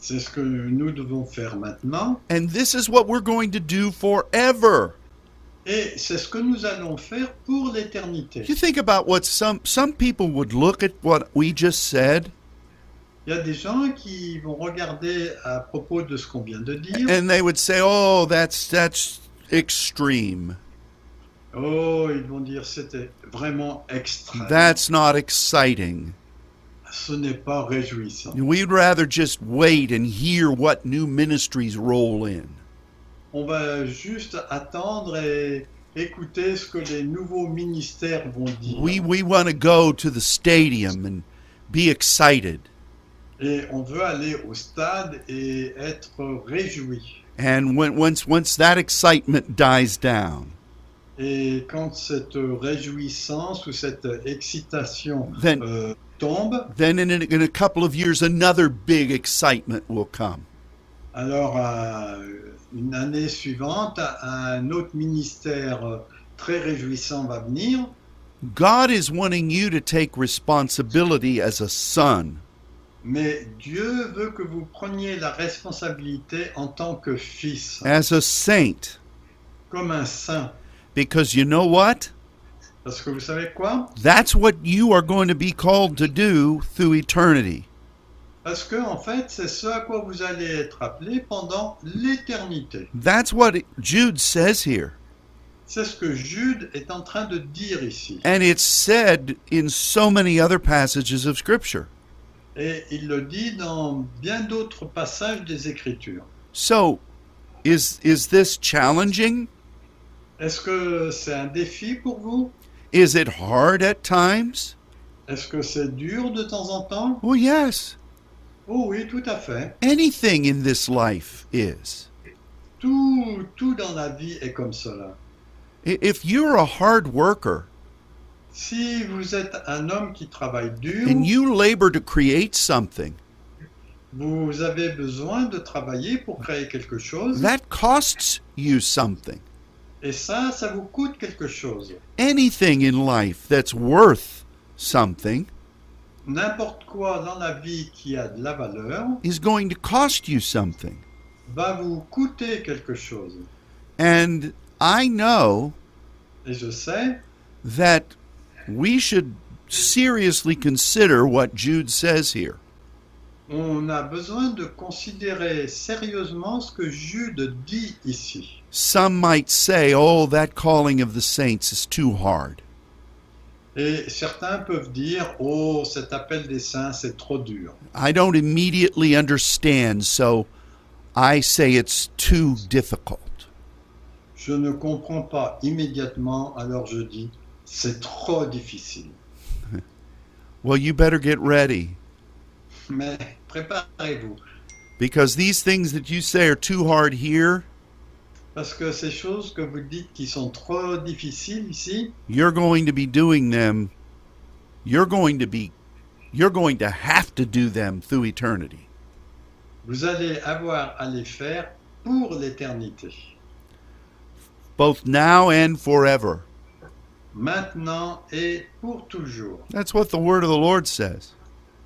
[SPEAKER 2] C'est ce que nous devons faire maintenant
[SPEAKER 1] and this is what we're going to do forever.
[SPEAKER 2] Et c'est ce que nous allons faire pour l'éternité.
[SPEAKER 1] You think about what some some people would look at what we just said
[SPEAKER 2] Il y a des gens qui vont regarder à propos de ce qu'on vient de dire.
[SPEAKER 1] and they would say, "Oh, that's that's extreme.
[SPEAKER 2] Oh, ils vont dire c'était vraiment extrême.
[SPEAKER 1] That's not exciting."
[SPEAKER 2] Ce n'est pas réjouissant.
[SPEAKER 1] We'd rather just wait and hear what new ministries roll in.
[SPEAKER 2] On va juste attendre et écouter ce que les nouveaux ministères vont dire.
[SPEAKER 1] We we want to go to the stadium and be excited.
[SPEAKER 2] Et on veut aller au stade et être réjoui.
[SPEAKER 1] And when, once once that excitement dies down,
[SPEAKER 2] Et quand cette réjouissance ou cette excitation
[SPEAKER 1] Then-
[SPEAKER 2] euh, tombe,
[SPEAKER 1] then in a, in a couple of years another big excitement will come.
[SPEAKER 2] alors euh, une année suivante, un autre ministère euh, très réjouissant va venir.
[SPEAKER 1] God is wanting you to take responsibility as a son.
[SPEAKER 2] Mais Dieu veut que vous preniez la responsabilité en tant que fils,
[SPEAKER 1] as a saint
[SPEAKER 2] comme un saint.
[SPEAKER 1] because you know what?
[SPEAKER 2] Parce que vous savez quoi
[SPEAKER 1] That's what you are going to be called to do through eternity.
[SPEAKER 2] Parce que en fait, c'est ce à quoi vous allez être appelé pendant l'éternité.
[SPEAKER 1] That's what Jude says here.
[SPEAKER 2] C'est ce que Jude est en train de dire ici.
[SPEAKER 1] And it's said in so many other passages of Scripture.
[SPEAKER 2] Et il le dit dans bien d'autres passages des Écritures.
[SPEAKER 1] So, is, is this challenging?
[SPEAKER 2] Est-ce que c'est un défi pour vous
[SPEAKER 1] Is it hard at times?
[SPEAKER 2] Est-ce que c'est dur de temps en temps
[SPEAKER 1] Well, yes.
[SPEAKER 2] Oh oui, tout à fait.
[SPEAKER 1] Anything in this life is.
[SPEAKER 2] Tout, tout dans la vie est comme cela.
[SPEAKER 1] I- If you're a hard worker
[SPEAKER 2] Si vous êtes un homme qui travaille dur,
[SPEAKER 1] and you labor to create something,
[SPEAKER 2] vous avez besoin de travailler pour créer quelque chose,
[SPEAKER 1] that costs you something.
[SPEAKER 2] et ça, ça vous coûte quelque chose.
[SPEAKER 1] anything in life that's worth something
[SPEAKER 2] N'importe quoi dans la vie qui a de la valeur
[SPEAKER 1] is going to cost you something.
[SPEAKER 2] va vous coûter quelque chose.
[SPEAKER 1] And I know
[SPEAKER 2] Et je sais,
[SPEAKER 1] that we should seriously consider what Jude says here.
[SPEAKER 2] on a besoin de considérer sérieusement ce que Jude dit ici.
[SPEAKER 1] Some might say, oh, that calling of the saints is too hard.
[SPEAKER 2] Et certains peuvent dire, oh, cet appel des saints, c'est trop dur.
[SPEAKER 1] I don't immediately understand, so I say it's too difficult.
[SPEAKER 2] Je ne comprends pas immédiatement, alors je dis, c'est trop difficile.
[SPEAKER 1] Well, you better get ready
[SPEAKER 2] Mais préparez-vous,
[SPEAKER 1] because these things that you say are too hard here,
[SPEAKER 2] parce que ces choses que vous dites qui sont trop difficiles ici,
[SPEAKER 1] you're going to be doing them you're going to be you're going to have to do them through eternity
[SPEAKER 2] vous allez avoir à les faire pour l'éternité,
[SPEAKER 1] both now and forever
[SPEAKER 2] maintenant et pour toujours.
[SPEAKER 1] that's what the word of the lord says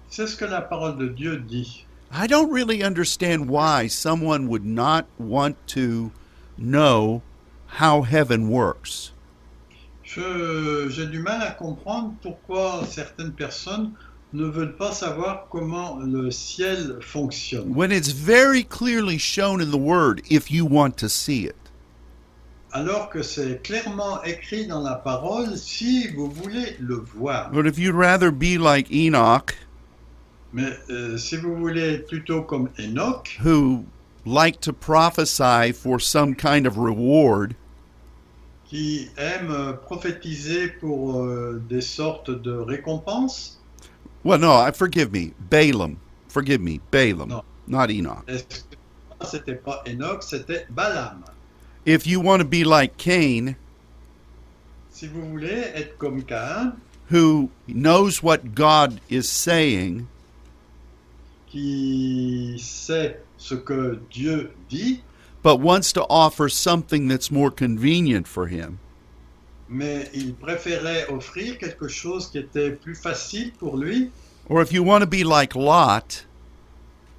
[SPEAKER 2] C'est ce que la parole de Dieu dit.
[SPEAKER 1] i don't really understand why someone would not want to know how heaven works
[SPEAKER 2] Je- J'ai du mal à comprendre pourquoi certaines personnes ne veulent pas savoir comment le ciel fonctionne.
[SPEAKER 1] when it's very clearly shown in the word if you want to see it
[SPEAKER 2] Alors que c'est clairement écrit dans la parole si vous voulez le voir.
[SPEAKER 1] but if you'd rather be like enoch
[SPEAKER 2] Mais euh, si vous voulez plutôt comme Enoch,
[SPEAKER 1] who liked to prophesy for some kind of reward
[SPEAKER 2] qui aime euh, prophétiser pour euh, des sortes de récompenses,
[SPEAKER 1] Well, no, I forgive me, Balaam. Forgive me, Balaam,
[SPEAKER 2] No.
[SPEAKER 1] not Enoch.
[SPEAKER 2] est-ce que c'était pas Enoch, c'était Balaam.
[SPEAKER 1] If you want to be like Cain,
[SPEAKER 2] Si vous voulez être comme Caïn,
[SPEAKER 1] who knows what God is saying,
[SPEAKER 2] qui sait ce que Dieu dit,
[SPEAKER 1] but wants to offer something that's more convenient for him,
[SPEAKER 2] mais il préférait offrir quelque chose qui était plus facile pour lui,
[SPEAKER 1] or if you want to be like Lot,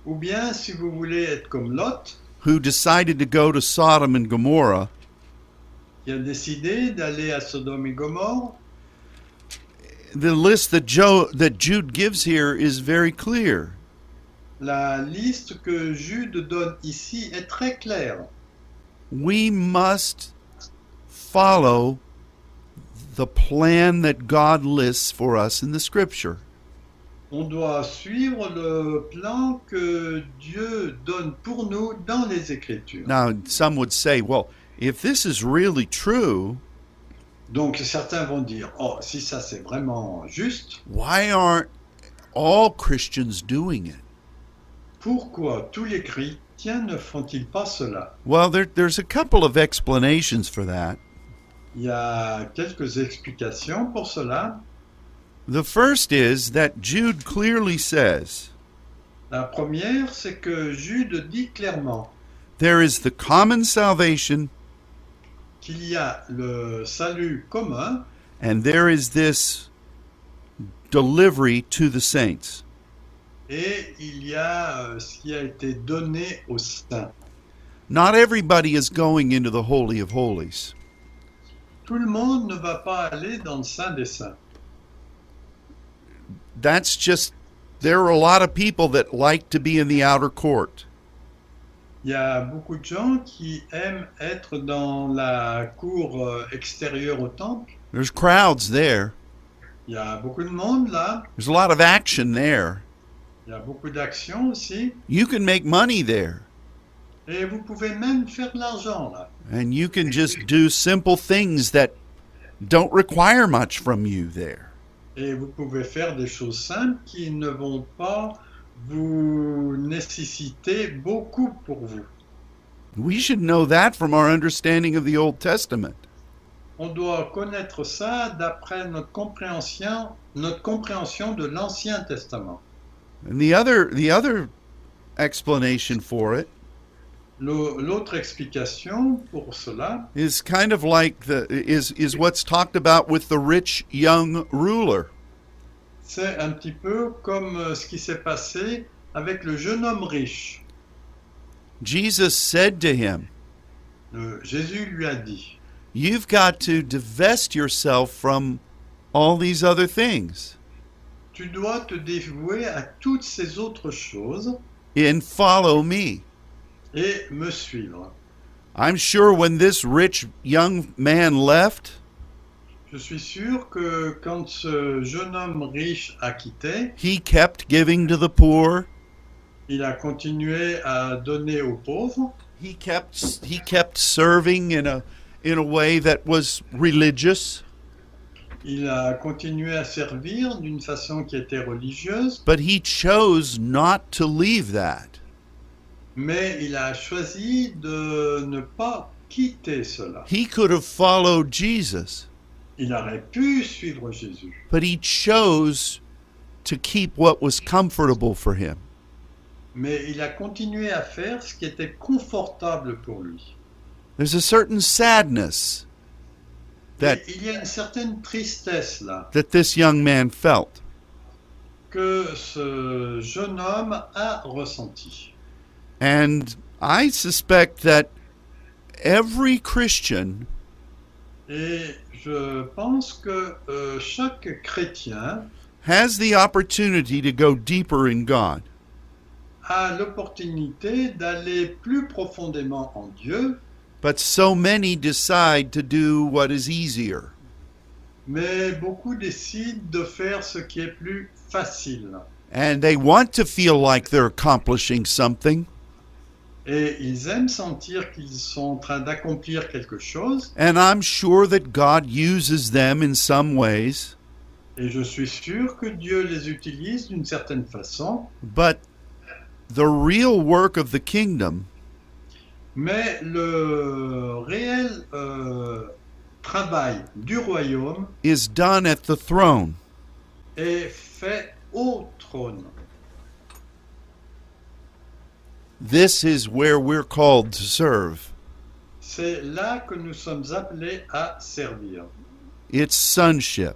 [SPEAKER 2] ou bien si vous voulez être comme Lot,
[SPEAKER 1] who decided to go to Sodom and Gomorrah
[SPEAKER 2] qui a décidé d'aller à Sodome et Gomorre.
[SPEAKER 1] The list that, Joe, that Jude gives here is very clear.
[SPEAKER 2] La liste que Jude donne ici est très claire.
[SPEAKER 1] We must follow the plan that God lists for us in the scripture.
[SPEAKER 2] On doit suivre le plan que Dieu donne pour nous dans les Écritures.
[SPEAKER 1] Now, some would say, well, if this is really true,
[SPEAKER 2] Donc certains vont dire, oh, si ça c'est vraiment juste,
[SPEAKER 1] why aren't all Christians doing it?
[SPEAKER 2] pourquoi tous les chrétiens ne font-ils pas cela
[SPEAKER 1] Well, there, there's a couple of explanations for that.
[SPEAKER 2] Il y a quelques explications pour cela.
[SPEAKER 1] The first is that Jude clearly says
[SPEAKER 2] La première, c'est que Jude dit clairement
[SPEAKER 1] there is the common salvation
[SPEAKER 2] qu'il y a le salut commun
[SPEAKER 1] and there is this delivery to the saints.
[SPEAKER 2] et il y a euh, ce qui a été donné aux saints.
[SPEAKER 1] Not everybody is going into the Holy of Holies.
[SPEAKER 2] Tout le monde ne va pas aller dans le sein des saints.
[SPEAKER 1] That's just, there are a lot of people that like to be in the outer court.
[SPEAKER 2] Il y a beaucoup de gens qui aiment être dans la cour euh, extérieure au temple.
[SPEAKER 1] There's crowds there,
[SPEAKER 2] Il y a beaucoup de monde là.
[SPEAKER 1] there's a lot of action there.
[SPEAKER 2] Il y a beaucoup d'actions aussi.
[SPEAKER 1] You can make money there,
[SPEAKER 2] Et vous pouvez même faire de l'argent là.
[SPEAKER 1] and you can just do simple things that don't require much from you there.
[SPEAKER 2] Et vous pouvez faire des choses simples qui ne vont pas vous nécessiter beaucoup pour vous.
[SPEAKER 1] We should know that from our understanding of the Old Testament.
[SPEAKER 2] On doit connaître ça d'après notre compréhension, notre compréhension de l'Ancien Testament.
[SPEAKER 1] And the other the other explanation for it
[SPEAKER 2] L'au- L'autre explication pour cela,
[SPEAKER 1] is kind of like the is is what's talked about with the rich young ruler.
[SPEAKER 2] c'est un petit peu comme euh, ce qui s'est passé avec le jeune homme riche.
[SPEAKER 1] Jesus said to him,
[SPEAKER 2] Euh, Jésus lui a dit,
[SPEAKER 1] "You've got to divest yourself from all these other things
[SPEAKER 2] tu dois te dévouer à toutes ces autres choses
[SPEAKER 1] and follow me."
[SPEAKER 2] et me suivre.
[SPEAKER 1] I'm sure when this rich young man left,
[SPEAKER 2] Je suis sûr que quand ce jeune homme riche a quitté,
[SPEAKER 1] he kept giving to the poor.
[SPEAKER 2] il a continué à donner aux pauvres,
[SPEAKER 1] He kept he kept serving in a in a way that was religious.
[SPEAKER 2] il a continué à servir d'une façon qui était religieuse,
[SPEAKER 1] But he chose not to leave that.
[SPEAKER 2] mais il a choisi de ne pas quitter cela.
[SPEAKER 1] He could have followed Jesus,
[SPEAKER 2] Il aurait pu suivre Jésus,
[SPEAKER 1] but he chose to keep what was comfortable for him.
[SPEAKER 2] mais il a continué à faire ce qui était confortable pour lui.
[SPEAKER 1] There's a certain sadness that
[SPEAKER 2] Et il y a une certaine tristesse là
[SPEAKER 1] that this young man felt.
[SPEAKER 2] que ce jeune homme a ressenti.
[SPEAKER 1] And I suspect that every Christian
[SPEAKER 2] Et je pense que euh, chaque chrétien
[SPEAKER 1] has the opportunity to go deeper in God.
[SPEAKER 2] a l'opportunité d'aller plus profondément en Dieu,
[SPEAKER 1] But so many decide to do what is easier.
[SPEAKER 2] mais beaucoup décident de faire ce qui est plus facile.
[SPEAKER 1] And they want to feel like they're accomplishing something.
[SPEAKER 2] Et ils aiment sentir qu'ils sont en train d'accomplir quelque chose,
[SPEAKER 1] And I'm sure that God uses them in some ways,
[SPEAKER 2] et je suis sûr que Dieu les utilise d'une certaine façon,
[SPEAKER 1] but the real work of the kingdom
[SPEAKER 2] mais le réel euh, travail du royaume
[SPEAKER 1] is done at the throne.
[SPEAKER 2] est fait au trône.
[SPEAKER 1] This is where we're called to serve.
[SPEAKER 2] C'est là que nous sommes appelés à servir.
[SPEAKER 1] It's sonship,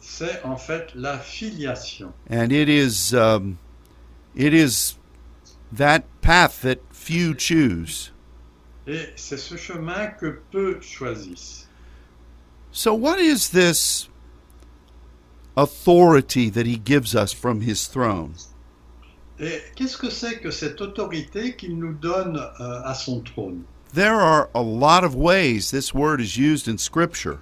[SPEAKER 2] C'est en fait la filiation.
[SPEAKER 1] and it is um, it is that path that few choose.
[SPEAKER 2] Et c'est ce chemin que peu choisissent.
[SPEAKER 1] So, what is this authority that he gives us from his throne?
[SPEAKER 2] Et qu'est-ce que c'est que cette autorité qu'il nous donne euh, à son trône
[SPEAKER 1] There are a lot of ways this word is used in Scripture.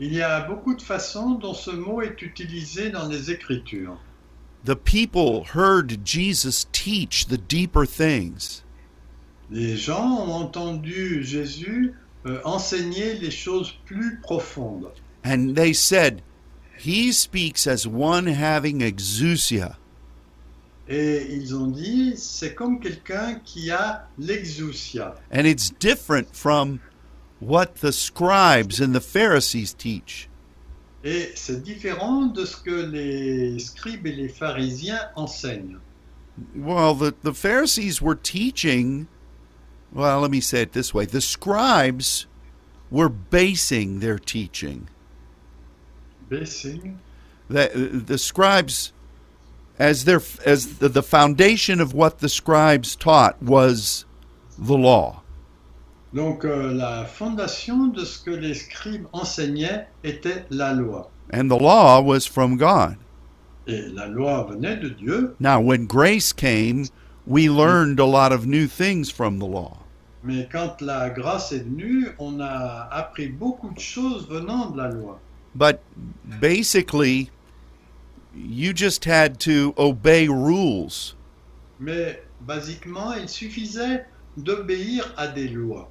[SPEAKER 2] Il y a beaucoup de façons dont ce mot est utilisé dans les Écritures.
[SPEAKER 1] The people heard Jesus teach the deeper things.
[SPEAKER 2] Les gens ont entendu Jésus euh, enseigner les choses plus profondes.
[SPEAKER 1] And they said, He speaks as one having exousia.
[SPEAKER 2] Et ils ont dit, c'est comme quelqu'un qui a l'exousia.
[SPEAKER 1] And it's different from what the scribes and the Pharisees teach.
[SPEAKER 2] Et c'est différent de ce que les scribes et les pharisiens enseignent.
[SPEAKER 1] Well, the, the Pharisees were teaching, well, let me say it this way the scribes were basing their teaching.
[SPEAKER 2] Baissing.
[SPEAKER 1] The, the scribes, as, their, as the, the foundation of what the scribes taught was the law.
[SPEAKER 2] Donc euh, la fondation de ce que les scribes enseignaient était la loi.
[SPEAKER 1] And the law was from God.
[SPEAKER 2] Et la loi venait de Dieu,
[SPEAKER 1] Now, when grace came, we learned a lot of new things from the law.
[SPEAKER 2] mais quand la grâce est venue, on a appris beaucoup de choses venant de la loi.
[SPEAKER 1] But basically, you just had to obey rules.
[SPEAKER 2] Mais basiquement, il suffisait d'obéir à des lois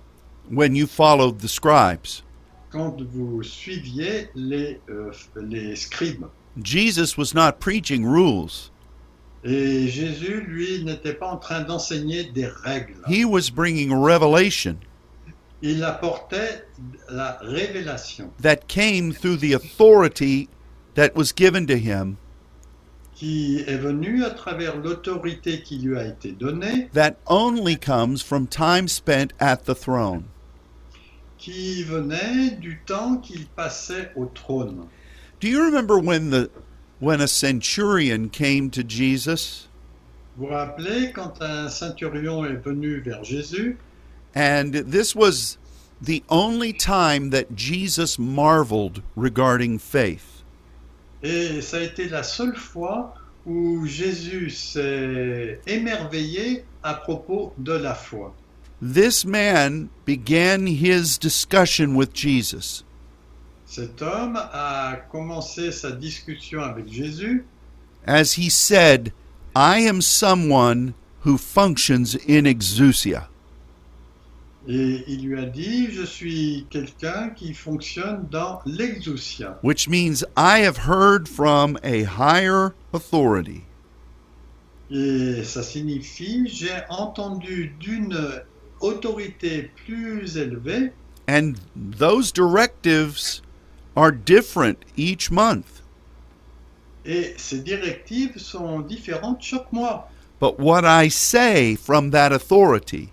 [SPEAKER 1] when you followed the scribes.
[SPEAKER 2] quand vous suiviez les, euh, les scribes.
[SPEAKER 1] Jesus was not preaching rules,
[SPEAKER 2] Et Jésus, lui, n'était pas en train d'enseigner des règles.
[SPEAKER 1] he was bringing revelation
[SPEAKER 2] Il apportait la révélation
[SPEAKER 1] that came through the authority that was given to him,
[SPEAKER 2] qui est venue à travers l'autorité qui lui a été donnée,
[SPEAKER 1] that only comes from time spent at the throne.
[SPEAKER 2] qui venait du temps qu'il passait au trône.
[SPEAKER 1] Do you remember when the when a centurion came to Jesus
[SPEAKER 2] Vous vous rappelez quand un centurion est venu vers Jésus
[SPEAKER 1] and this was the only time that Jesus marveled regarding faith.
[SPEAKER 2] et ça a été la seule fois où Jésus s'est émerveillé à propos de la foi.
[SPEAKER 1] This man began his discussion with Jesus.
[SPEAKER 2] Cet homme a commencé sa discussion avec Jésus
[SPEAKER 1] as he said, I am someone who functions in exousia.
[SPEAKER 2] Et il lui a dit, je suis quelqu'un qui fonctionne dans l'exousia,
[SPEAKER 1] Which means I have heard from a higher authority.
[SPEAKER 2] Et ça signifie, j'ai entendu d'une autorité plus élevée,
[SPEAKER 1] And those directives are different each month.
[SPEAKER 2] et ces directives sont différentes chaque mois.
[SPEAKER 1] But what I say from that authority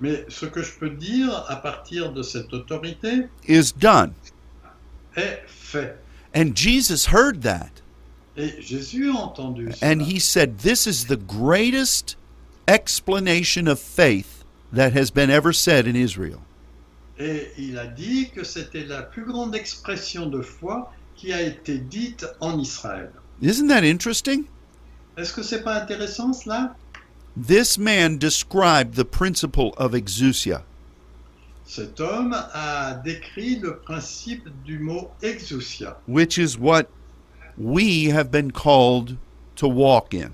[SPEAKER 2] Mais ce que je peux dire à partir de cette autorité
[SPEAKER 1] is done.
[SPEAKER 2] est fait.
[SPEAKER 1] And Jesus heard that.
[SPEAKER 2] Et Jésus a entendu ça.
[SPEAKER 1] And he said, This is the greatest explanation of faith that has been ever said in Israel.
[SPEAKER 2] Et il a dit que c'était la plus grande expression de foi qui a été dite en Israël.
[SPEAKER 1] Isn't that interesting?
[SPEAKER 2] Est-ce que c'est pas intéressant cela
[SPEAKER 1] This man described the principle of exousia.
[SPEAKER 2] Cet homme a décrit le principe du mot exousia,
[SPEAKER 1] which is what we have been called to walk in.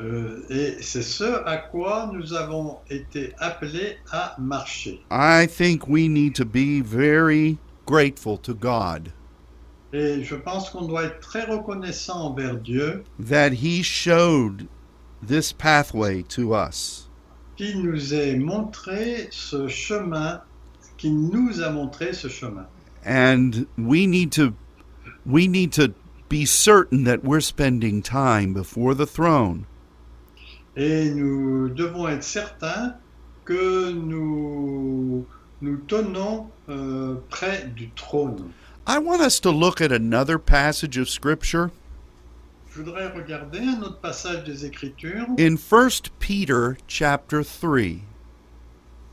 [SPEAKER 2] euh, et c'est ce à quoi nous avons été appelés à marcher.
[SPEAKER 1] I think we need to be very grateful to God
[SPEAKER 2] Et je pense qu'on doit être très reconnaissant envers Dieu
[SPEAKER 1] that He showed this pathway to us.
[SPEAKER 2] qui nous ait montré ce chemin, qui nous a montré ce chemin.
[SPEAKER 1] And we need to we need to be certain that we're spending time before the throne
[SPEAKER 2] Et nous devons être certains que nous nous tenons euh, près du trône.
[SPEAKER 1] I want us to look at another passage of scripture
[SPEAKER 2] Je voudrais regarder un autre passage des Écritures.
[SPEAKER 1] in 1 Peter chapter 3.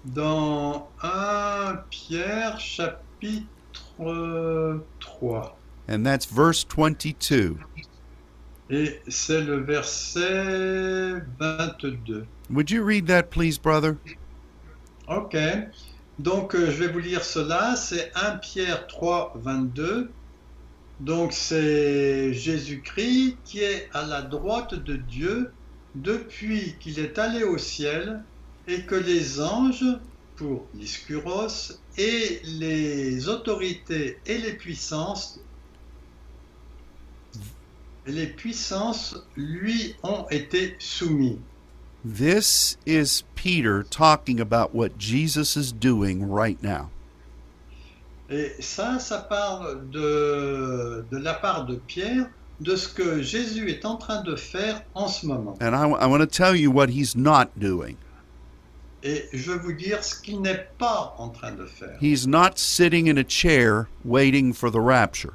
[SPEAKER 2] dans 1 Pierre euh, chapitre 3.
[SPEAKER 1] and that's verse 22.
[SPEAKER 2] Et c'est le verset 22.
[SPEAKER 1] Would you read that, please, brother?
[SPEAKER 2] Ok. Donc, euh, je vais vous lire cela. C'est 1 Pierre 3, 22. Donc, c'est Jésus-Christ qui est à la droite de Dieu depuis qu'il est allé au ciel et que les anges, pour l'Iscuros, et les autorités et les puissances, et les puissances lui ont été soumis.
[SPEAKER 1] This is Peter talking about what Jesus is doing right now.
[SPEAKER 2] Et ça, ça parle de, de la part de Pierre de ce que Jésus est en train de faire en ce moment.
[SPEAKER 1] And I, want to tell you what he's not doing.
[SPEAKER 2] Et je vais vous dire ce qu'il n'est pas en train de faire.
[SPEAKER 1] He's not sitting in a chair waiting for the rapture.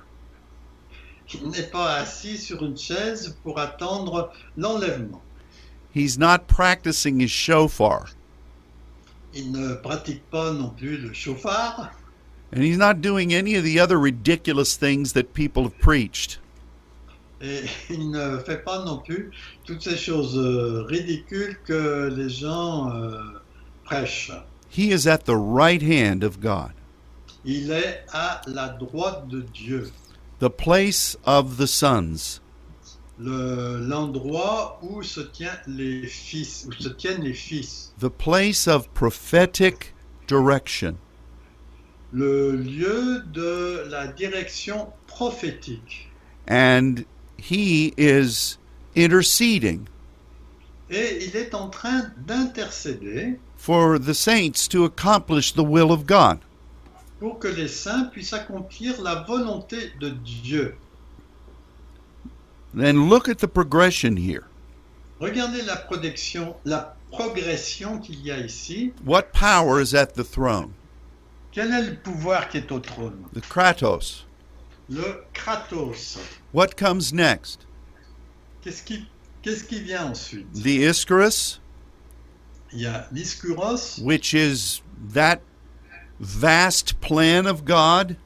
[SPEAKER 2] Il n'est pas assis sur une chaise pour attendre l'enlèvement.
[SPEAKER 1] He's not practicing his shofar.
[SPEAKER 2] Il ne pratique pas non plus le chauffard.
[SPEAKER 1] And he's not doing any of the other ridiculous things that people have preached.
[SPEAKER 2] Et il ne fait pas non plus toutes ces choses euh, ridicules que les gens euh, prêchent.
[SPEAKER 1] He is at the right hand of God,
[SPEAKER 2] Il est à la droite de Dieu.
[SPEAKER 1] the place of the sons.
[SPEAKER 2] le- l'endroit où se tient les fils, où se tiennent les fils,
[SPEAKER 1] the place of prophetic direction.
[SPEAKER 2] le lieu de la direction prophétique.
[SPEAKER 1] And he is interceding
[SPEAKER 2] Et il est en train d'intercéder
[SPEAKER 1] for the saints to accomplish the will of God.
[SPEAKER 2] pour que les saints puissent accomplir la volonté de Dieu.
[SPEAKER 1] Then look at the progression here.
[SPEAKER 2] Regardez la protection, la progression qu'il y a ici.
[SPEAKER 1] What power is at the throne?
[SPEAKER 2] Quel est le pouvoir qui est au trône
[SPEAKER 1] The Kratos.
[SPEAKER 2] Le Kratos.
[SPEAKER 1] What comes next?
[SPEAKER 2] Qu'est-ce qui, qu'est-ce qui vient ensuite
[SPEAKER 1] The Ischorus,
[SPEAKER 2] Il y a l'Iskuros,
[SPEAKER 1] which is that vast plan of God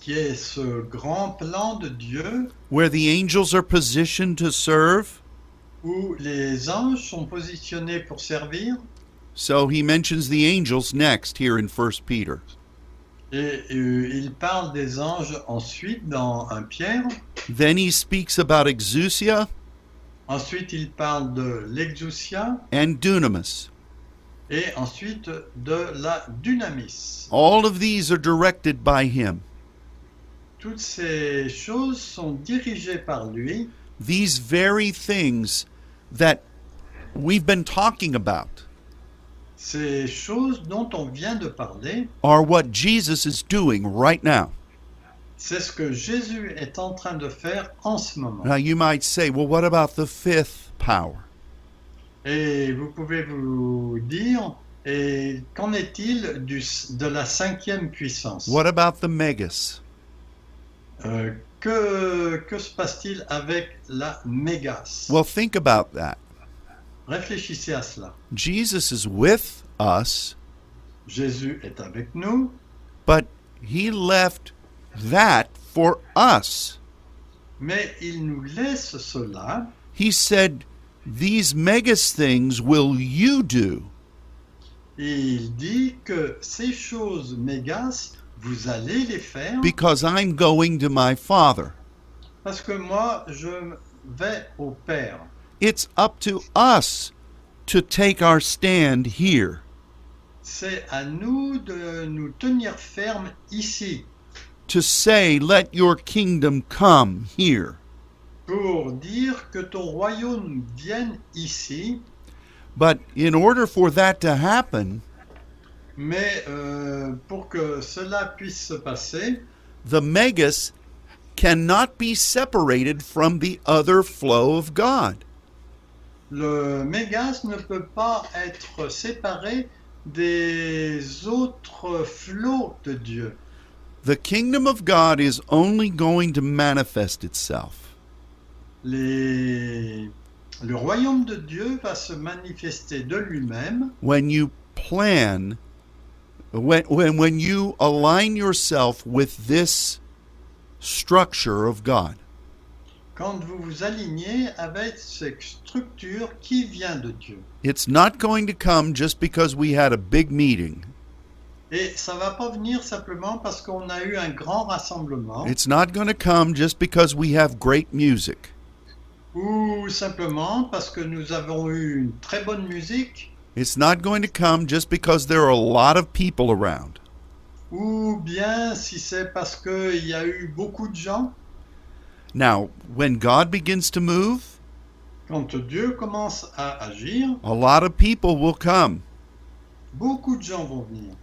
[SPEAKER 2] qui est ce grand plan de Dieu
[SPEAKER 1] where the angels are positioned to serve.
[SPEAKER 2] où les anges sont positionnés pour servir.
[SPEAKER 1] So he mentions the angels next here in 1 Peter.
[SPEAKER 2] Et euh, il parle des anges ensuite dans un Pierre.
[SPEAKER 1] Then he speaks about exousia
[SPEAKER 2] Ensuite, il parle de l'exousia
[SPEAKER 1] and dunamis.
[SPEAKER 2] et ensuite de la dynamis.
[SPEAKER 1] All of these are directed by him.
[SPEAKER 2] Toutes ces choses sont dirigées par lui.
[SPEAKER 1] These very things that we've been talking about
[SPEAKER 2] Ces choses dont on vient de parler,
[SPEAKER 1] are what Jesus is doing right now.
[SPEAKER 2] c'est ce que Jésus est en train de faire en ce moment.
[SPEAKER 1] Now you might say, well, what about the fifth power?
[SPEAKER 2] Et vous pouvez vous dire, et qu'en est-il du- de la cinquième puissance
[SPEAKER 1] What about the megas?
[SPEAKER 2] Euh, que, que se passe-t-il avec la mégas
[SPEAKER 1] Well, think about that.
[SPEAKER 2] Réfléchissez à cela.
[SPEAKER 1] Jesus is with us,
[SPEAKER 2] Jésus est avec nous,
[SPEAKER 1] but he left that for us.
[SPEAKER 2] mais il nous laisse cela.
[SPEAKER 1] He said, These megas things will you do.
[SPEAKER 2] Et il dit que ces choses mégas, vous allez les faire
[SPEAKER 1] because I'm going to my Father.
[SPEAKER 2] parce que moi, je vais au Père.
[SPEAKER 1] It's up to us to take our stand here.
[SPEAKER 2] C'est à nous de nous tenir ferme ici
[SPEAKER 1] To say, let your kingdom come here.
[SPEAKER 2] pour dire que ton royaume vienne ici,
[SPEAKER 1] But in order for that to happen,
[SPEAKER 2] mais euh, pour que cela puisse se passer,
[SPEAKER 1] the megas cannot be separated from the other flow of God.
[SPEAKER 2] Le Mégas ne peut pas être séparé des autres flots de Dieu.
[SPEAKER 1] The kingdom of God is only going to manifest itself
[SPEAKER 2] Les- Le royaume de Dieu va se manifester de lui-même
[SPEAKER 1] when you plan, when, when, when you align yourself with this structure of God,
[SPEAKER 2] Quand vous vous alignez avec cette structure qui vient de Dieu.
[SPEAKER 1] it's not going to come just because we had a big meeting.
[SPEAKER 2] Et ça va pas venir simplement parce qu'on a eu un grand rassemblement
[SPEAKER 1] It's not going to come just because we have great music.
[SPEAKER 2] ou simplement parce que nous avons eu une très bonne musique
[SPEAKER 1] It's not going to come just because there are a lot of people around.
[SPEAKER 2] ou bien si c'est parce qu'il y a eu beaucoup de gens.
[SPEAKER 1] Now, when God begins to move,
[SPEAKER 2] Quand Dieu commence à agir,
[SPEAKER 1] a lot of people will come.
[SPEAKER 2] beaucoup de gens vont venir.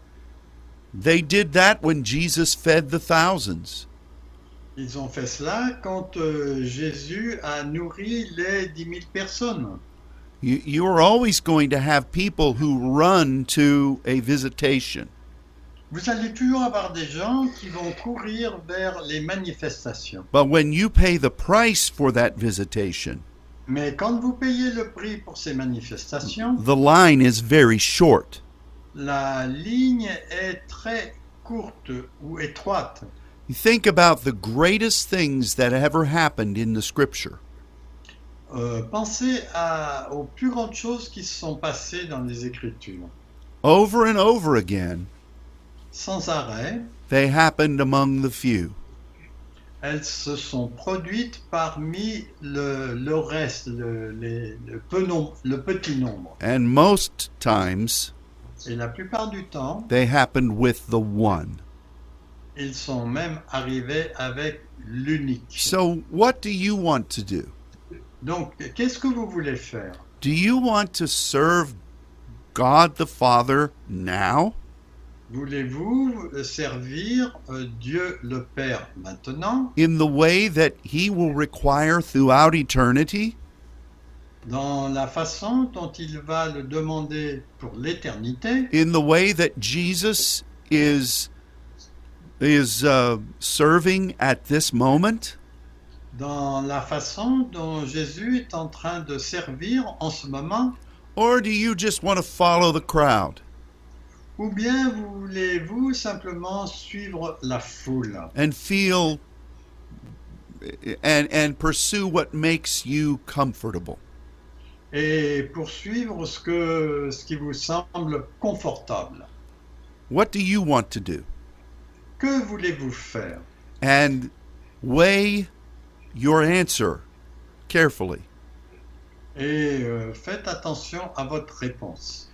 [SPEAKER 1] They did that when Jesus fed the thousands.
[SPEAKER 2] Ils ont fait cela quand euh, Jésus a nourri les dix mille personnes.
[SPEAKER 1] You, you are always going to have people who run to a visitation.
[SPEAKER 2] Vous allez toujours avoir des gens qui vont courir vers les manifestations.
[SPEAKER 1] But when you pay the price for that visitation,
[SPEAKER 2] Mais quand vous payez le prix pour ces manifestations,
[SPEAKER 1] the line is very short.
[SPEAKER 2] la ligne est très courte ou étroite.
[SPEAKER 1] You think about the greatest things that ever happened in the scripture.
[SPEAKER 2] Euh, pensez à- aux plus grandes choses qui se sont passées dans les Écritures.
[SPEAKER 1] Over and over again,
[SPEAKER 2] Sans arrêt,
[SPEAKER 1] they happened among the few.
[SPEAKER 2] elles se sont produites parmi le, le reste, le, les- le peu nom- le petit nombre.
[SPEAKER 1] And most times,
[SPEAKER 2] Et la plupart du temps,
[SPEAKER 1] they happened with the one.
[SPEAKER 2] ils sont même arrivés avec l'unique.
[SPEAKER 1] So, what do you want to do?
[SPEAKER 2] Donc, qu'est-ce que vous voulez faire
[SPEAKER 1] Do you want to serve God the Father now?
[SPEAKER 2] Voulez-vous servir euh, Dieu le Père maintenant,
[SPEAKER 1] in the way that he will require throughout eternity?
[SPEAKER 2] dans la façon dont il va le demander pour l'éternité,
[SPEAKER 1] In the way that Jesus is is uh, serving at this moment?
[SPEAKER 2] dans la façon dont Jésus est en train de servir en ce moment
[SPEAKER 1] Or do you just want to follow the crowd
[SPEAKER 2] Ou bien voulez-vous simplement suivre la foule
[SPEAKER 1] and feel and and pursue what makes you comfortable?
[SPEAKER 2] et poursuivre ce, que, ce qui vous semble confortable
[SPEAKER 1] What do you want to do?
[SPEAKER 2] Que voulez-vous faire
[SPEAKER 1] And weigh your answer carefully.
[SPEAKER 2] Et euh, faites attention à votre réponse.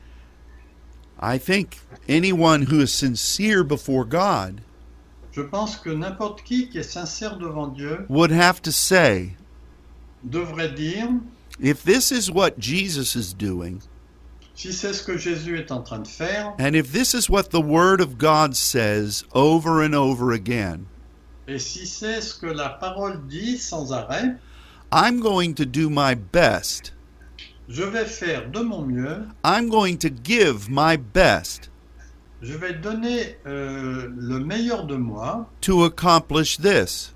[SPEAKER 1] I think anyone who is sincere before God
[SPEAKER 2] Je pense que n'importe qui qui est sincère devant Dieu
[SPEAKER 1] would have to say,
[SPEAKER 2] devrait dire,
[SPEAKER 1] if this is what Jesus is doing,
[SPEAKER 2] si c'est ce que Jésus est en train de faire,
[SPEAKER 1] and if this is what the Word of God says over and over again,
[SPEAKER 2] et si c'est ce que la parole dit sans arrêt,
[SPEAKER 1] I'm going to do my best.
[SPEAKER 2] je vais faire de mon mieux,
[SPEAKER 1] I'm going to give my best
[SPEAKER 2] je vais donner euh, le meilleur de moi
[SPEAKER 1] to accomplish this.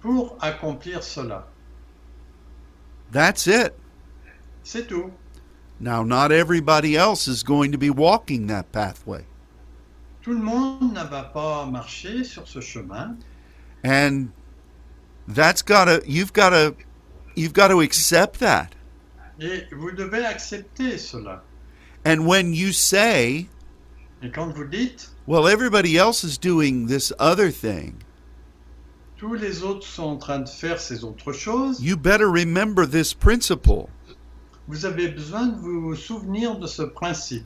[SPEAKER 2] pour accomplir cela.
[SPEAKER 1] That's it.
[SPEAKER 2] C'est tout.
[SPEAKER 1] Now, not everybody else is going to be walking that pathway.
[SPEAKER 2] Tout le monde ne va pas marcher sur ce chemin
[SPEAKER 1] And that's gotta, you've gotta, you've gotta accept that.
[SPEAKER 2] et vous devez accepter cela.
[SPEAKER 1] And when you say,
[SPEAKER 2] Et quand vous dites,
[SPEAKER 1] well, everybody else is doing this other thing,
[SPEAKER 2] tous les autres sont en train de faire ces autres choses,
[SPEAKER 1] You better remember this principle
[SPEAKER 2] vous avez besoin de vous souvenir de ce principe.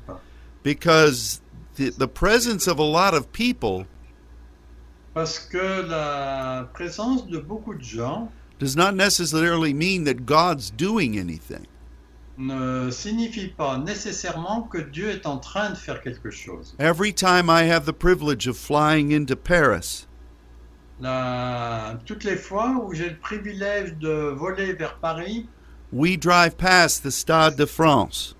[SPEAKER 1] because the, the presence of a lot of people
[SPEAKER 2] Parce que la présence de beaucoup de gens
[SPEAKER 1] does not necessarily mean that God's doing anything.
[SPEAKER 2] ne signifie pas nécessairement que Dieu est en train de faire quelque chose.
[SPEAKER 1] Every time I have the privilege of flying into Paris,
[SPEAKER 2] La- Toutes les fois où j'ai le privilège de voler vers Paris,
[SPEAKER 1] we drive past the Stade de France.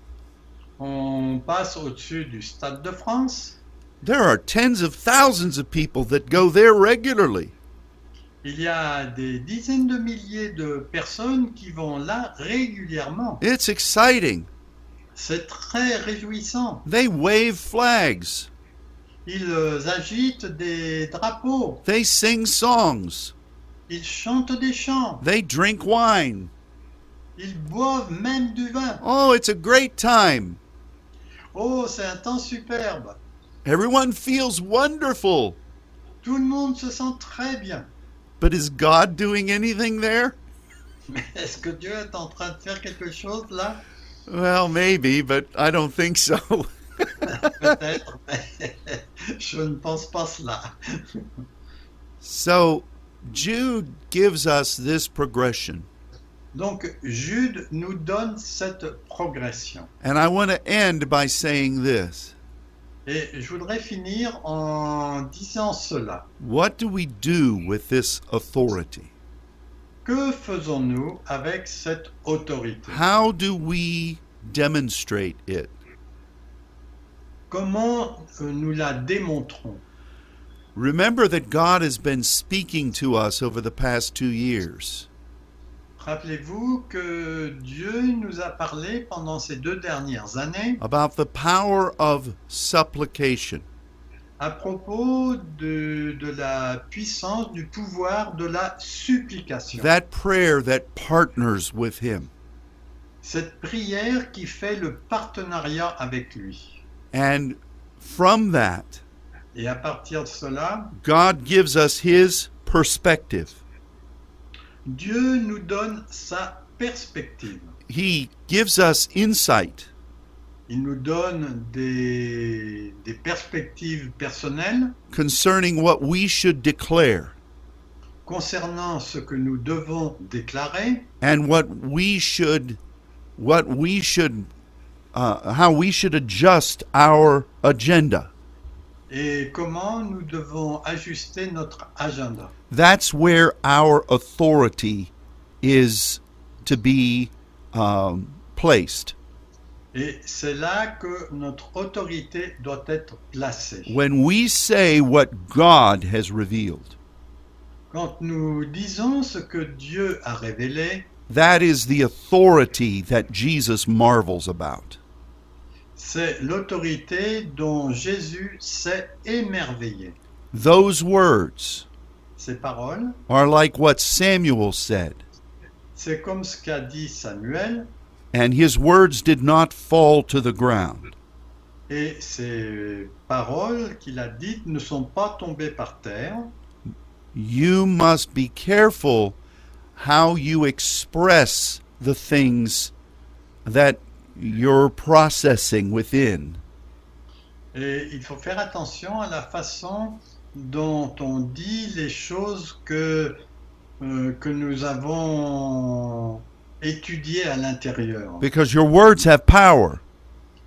[SPEAKER 2] on passe au-dessus du Stade de France.
[SPEAKER 1] There are tens of thousands of people that go there regularly.
[SPEAKER 2] Il y a des dizaines de milliers de personnes qui vont là régulièrement.
[SPEAKER 1] It's exciting.
[SPEAKER 2] C'est très réjouissant.
[SPEAKER 1] They wave flags.
[SPEAKER 2] Ils agitent des drapeaux.
[SPEAKER 1] They sing songs.
[SPEAKER 2] Ils chantent des chants.
[SPEAKER 1] They drink wine.
[SPEAKER 2] Ils boivent même du vin.
[SPEAKER 1] Oh, it's a great time.
[SPEAKER 2] Oh, c'est un temps superbe.
[SPEAKER 1] Everyone feels wonderful.
[SPEAKER 2] Tout le monde se sent très bien.
[SPEAKER 1] But is God doing anything there?
[SPEAKER 2] Mais est-ce que Dieu est en train de faire quelque chose là
[SPEAKER 1] Well, maybe, but I don't think so.
[SPEAKER 2] Peut-être, mais je ne pense pas cela.
[SPEAKER 1] so, Jude gives us this progression,
[SPEAKER 2] Donc Jude nous donne cette progression.
[SPEAKER 1] and I want to end by saying this.
[SPEAKER 2] Et je voudrais finir en disant cela.
[SPEAKER 1] What do we do with this authority?
[SPEAKER 2] Que faisons-nous avec cette autorité
[SPEAKER 1] How do we demonstrate it?
[SPEAKER 2] Comment euh, nous la démontrons
[SPEAKER 1] Remember that God has been speaking to us over the past two years.
[SPEAKER 2] Rappelez-vous que Dieu nous a parlé pendant ces deux dernières années
[SPEAKER 1] about the power of supplication.
[SPEAKER 2] à propos de, de la puissance, du pouvoir de la supplication.
[SPEAKER 1] That prayer that partners with Him.
[SPEAKER 2] Cette prière qui fait le partenariat avec lui.
[SPEAKER 1] And from that,
[SPEAKER 2] Et à partir de cela,
[SPEAKER 1] God gives us His perspective.
[SPEAKER 2] Dieu nous donne sa perspective.
[SPEAKER 1] He gives us insight.
[SPEAKER 2] Il nous donne des, des perspectives personnelles
[SPEAKER 1] Concerning what we should declare
[SPEAKER 2] concernant ce que nous devons déclarer
[SPEAKER 1] and what we should, what we should, uh, how we should adjust our agenda.
[SPEAKER 2] et comment nous devons ajuster notre agenda.
[SPEAKER 1] That's where our authority is to be um, placed.
[SPEAKER 2] Et c'est là que notre autorité doit être placée.
[SPEAKER 1] when we say what God has revealed,
[SPEAKER 2] Quand nous disons ce que Dieu a révélé,
[SPEAKER 1] that is the authority that Jesus marvels about.
[SPEAKER 2] c'est l'autorité dont Jésus s'est émerveillé.
[SPEAKER 1] Those words
[SPEAKER 2] Ces paroles,
[SPEAKER 1] are like what Samuel said,
[SPEAKER 2] c'est comme ce qu'a dit Samuel,
[SPEAKER 1] and his words did not fall to the ground.
[SPEAKER 2] Et ces paroles qu'il a dites ne sont pas tombées par terre.
[SPEAKER 1] You must be careful how you express the things that you're processing within.
[SPEAKER 2] Et il faut faire attention à la façon dont on dit les choses que, euh, que nous avons étudiées à l'intérieur.
[SPEAKER 1] Because your words have power.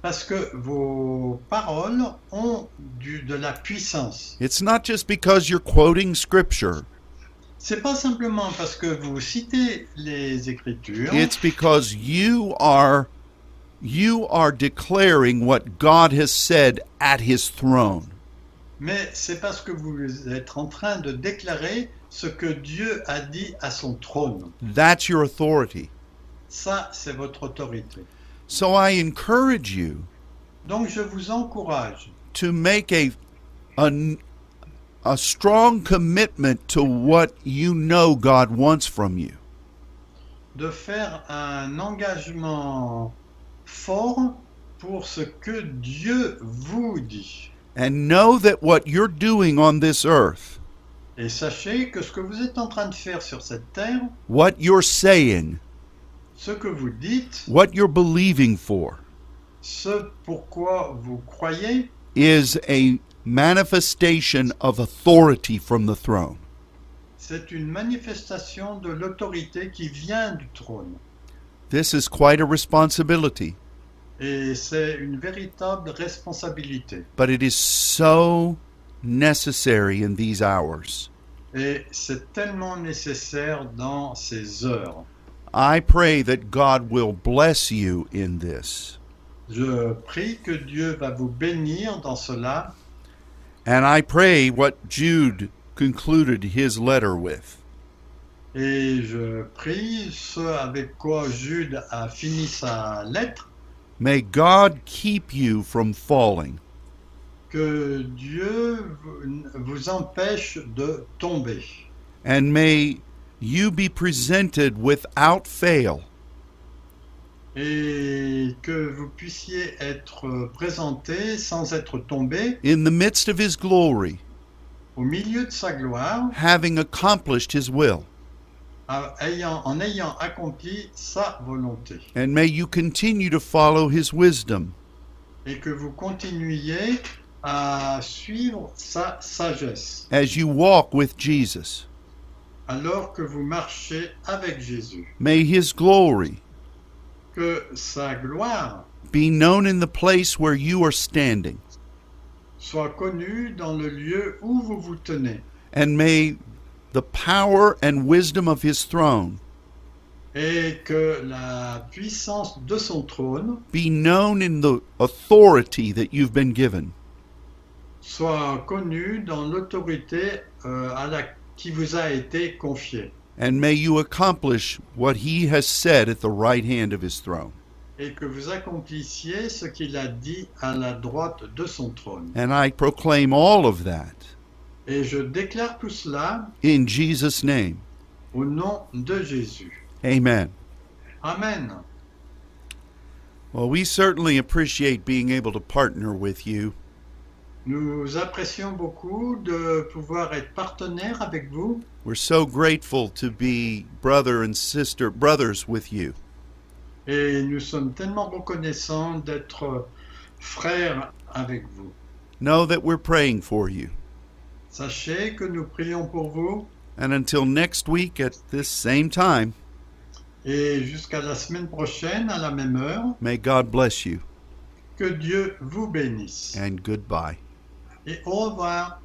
[SPEAKER 2] Parce que vos paroles ont du, de la puissance.
[SPEAKER 1] It's not just because you're quoting scripture.
[SPEAKER 2] C'est pas simplement parce que vous citez les Écritures,
[SPEAKER 1] It's because you are you are declaring what God has said at his throne.
[SPEAKER 2] mais c'est parce que vous êtes en train de déclarer ce que Dieu a dit à son trône.
[SPEAKER 1] That's your authority.
[SPEAKER 2] Ça, c'est votre autorité.
[SPEAKER 1] So I encourage you
[SPEAKER 2] Donc, je vous encourage
[SPEAKER 1] to make a a, a strong commitment to what you know God wants from you.
[SPEAKER 2] de faire un engagement fort pour ce que Dieu vous dit.
[SPEAKER 1] And know that what you're doing on this earth,
[SPEAKER 2] Et sachez que ce que vous êtes en train de faire sur cette terre,
[SPEAKER 1] what you're saying,
[SPEAKER 2] ce que vous dites,
[SPEAKER 1] what you're believing for
[SPEAKER 2] ce pourquoi vous croyez,
[SPEAKER 1] is a manifestation of authority from the throne.
[SPEAKER 2] c'est une manifestation de l'autorité qui vient du trône.
[SPEAKER 1] This is quite a responsibility,
[SPEAKER 2] Et c'est une véritable responsabilité.
[SPEAKER 1] but it is so necessary in these hours.
[SPEAKER 2] Et c'est tellement nécessaire dans ces heures.
[SPEAKER 1] I pray that God will bless you in this.
[SPEAKER 2] Je prie que Dieu va vous bénir dans cela
[SPEAKER 1] And I pray what Jude concluded his letter with
[SPEAKER 2] et je prie ce avec quoi Jude a fini sa lettre
[SPEAKER 1] May God keep you from falling.
[SPEAKER 2] Que Dieu vous empêche de tomber
[SPEAKER 1] And may you be presented without fail
[SPEAKER 2] et que vous puissiez être présenté sans être tombé
[SPEAKER 1] in the midst of His glory,
[SPEAKER 2] au milieu de sa gloire
[SPEAKER 1] having accomplished His will.
[SPEAKER 2] a- ayant- en ayant accompli sa volonté
[SPEAKER 1] And may you continue to follow His wisdom.
[SPEAKER 2] et que vous continuiez à suivre sa sagesse
[SPEAKER 1] as you walk with Jesus.
[SPEAKER 2] alors que vous marchez avec Jésus.
[SPEAKER 1] May his glory
[SPEAKER 2] Que sa gloire
[SPEAKER 1] be known in the place where you are standing,
[SPEAKER 2] soit connue dans le lieu où vous vous tenez
[SPEAKER 1] and may the power and wisdom of his throne
[SPEAKER 2] et que la puissance de son trône
[SPEAKER 1] be known in the authority that you've been given.
[SPEAKER 2] soit connue dans l'autorité euh, à la- qui vous a été confiée
[SPEAKER 1] And may you accomplish what he has said at the right hand of his throne.
[SPEAKER 2] et que vous accomplissiez ce qu'il a dit à la droite de son trône.
[SPEAKER 1] And I proclaim all of that
[SPEAKER 2] Et je déclare tout cela
[SPEAKER 1] in Jesus' name.
[SPEAKER 2] au nom de Jésus.
[SPEAKER 1] Amen.
[SPEAKER 2] Amen.
[SPEAKER 1] Well, we certainly appreciate being able to partner with you.
[SPEAKER 2] Nous apprécions beaucoup de pouvoir être partenaire avec vous.
[SPEAKER 1] We're so grateful to be brother and sister, brothers with you.
[SPEAKER 2] Et nous sommes tellement reconnaissants d'être frères avec vous.
[SPEAKER 1] Know that we're praying for you.
[SPEAKER 2] Sachez que nous prions pour vous
[SPEAKER 1] And until next week at this same time,
[SPEAKER 2] et jusqu'à la semaine prochaine à la même heure,
[SPEAKER 1] may God bless you
[SPEAKER 2] que Dieu vous bénisse.
[SPEAKER 1] and goodbye.
[SPEAKER 2] Et au revoir.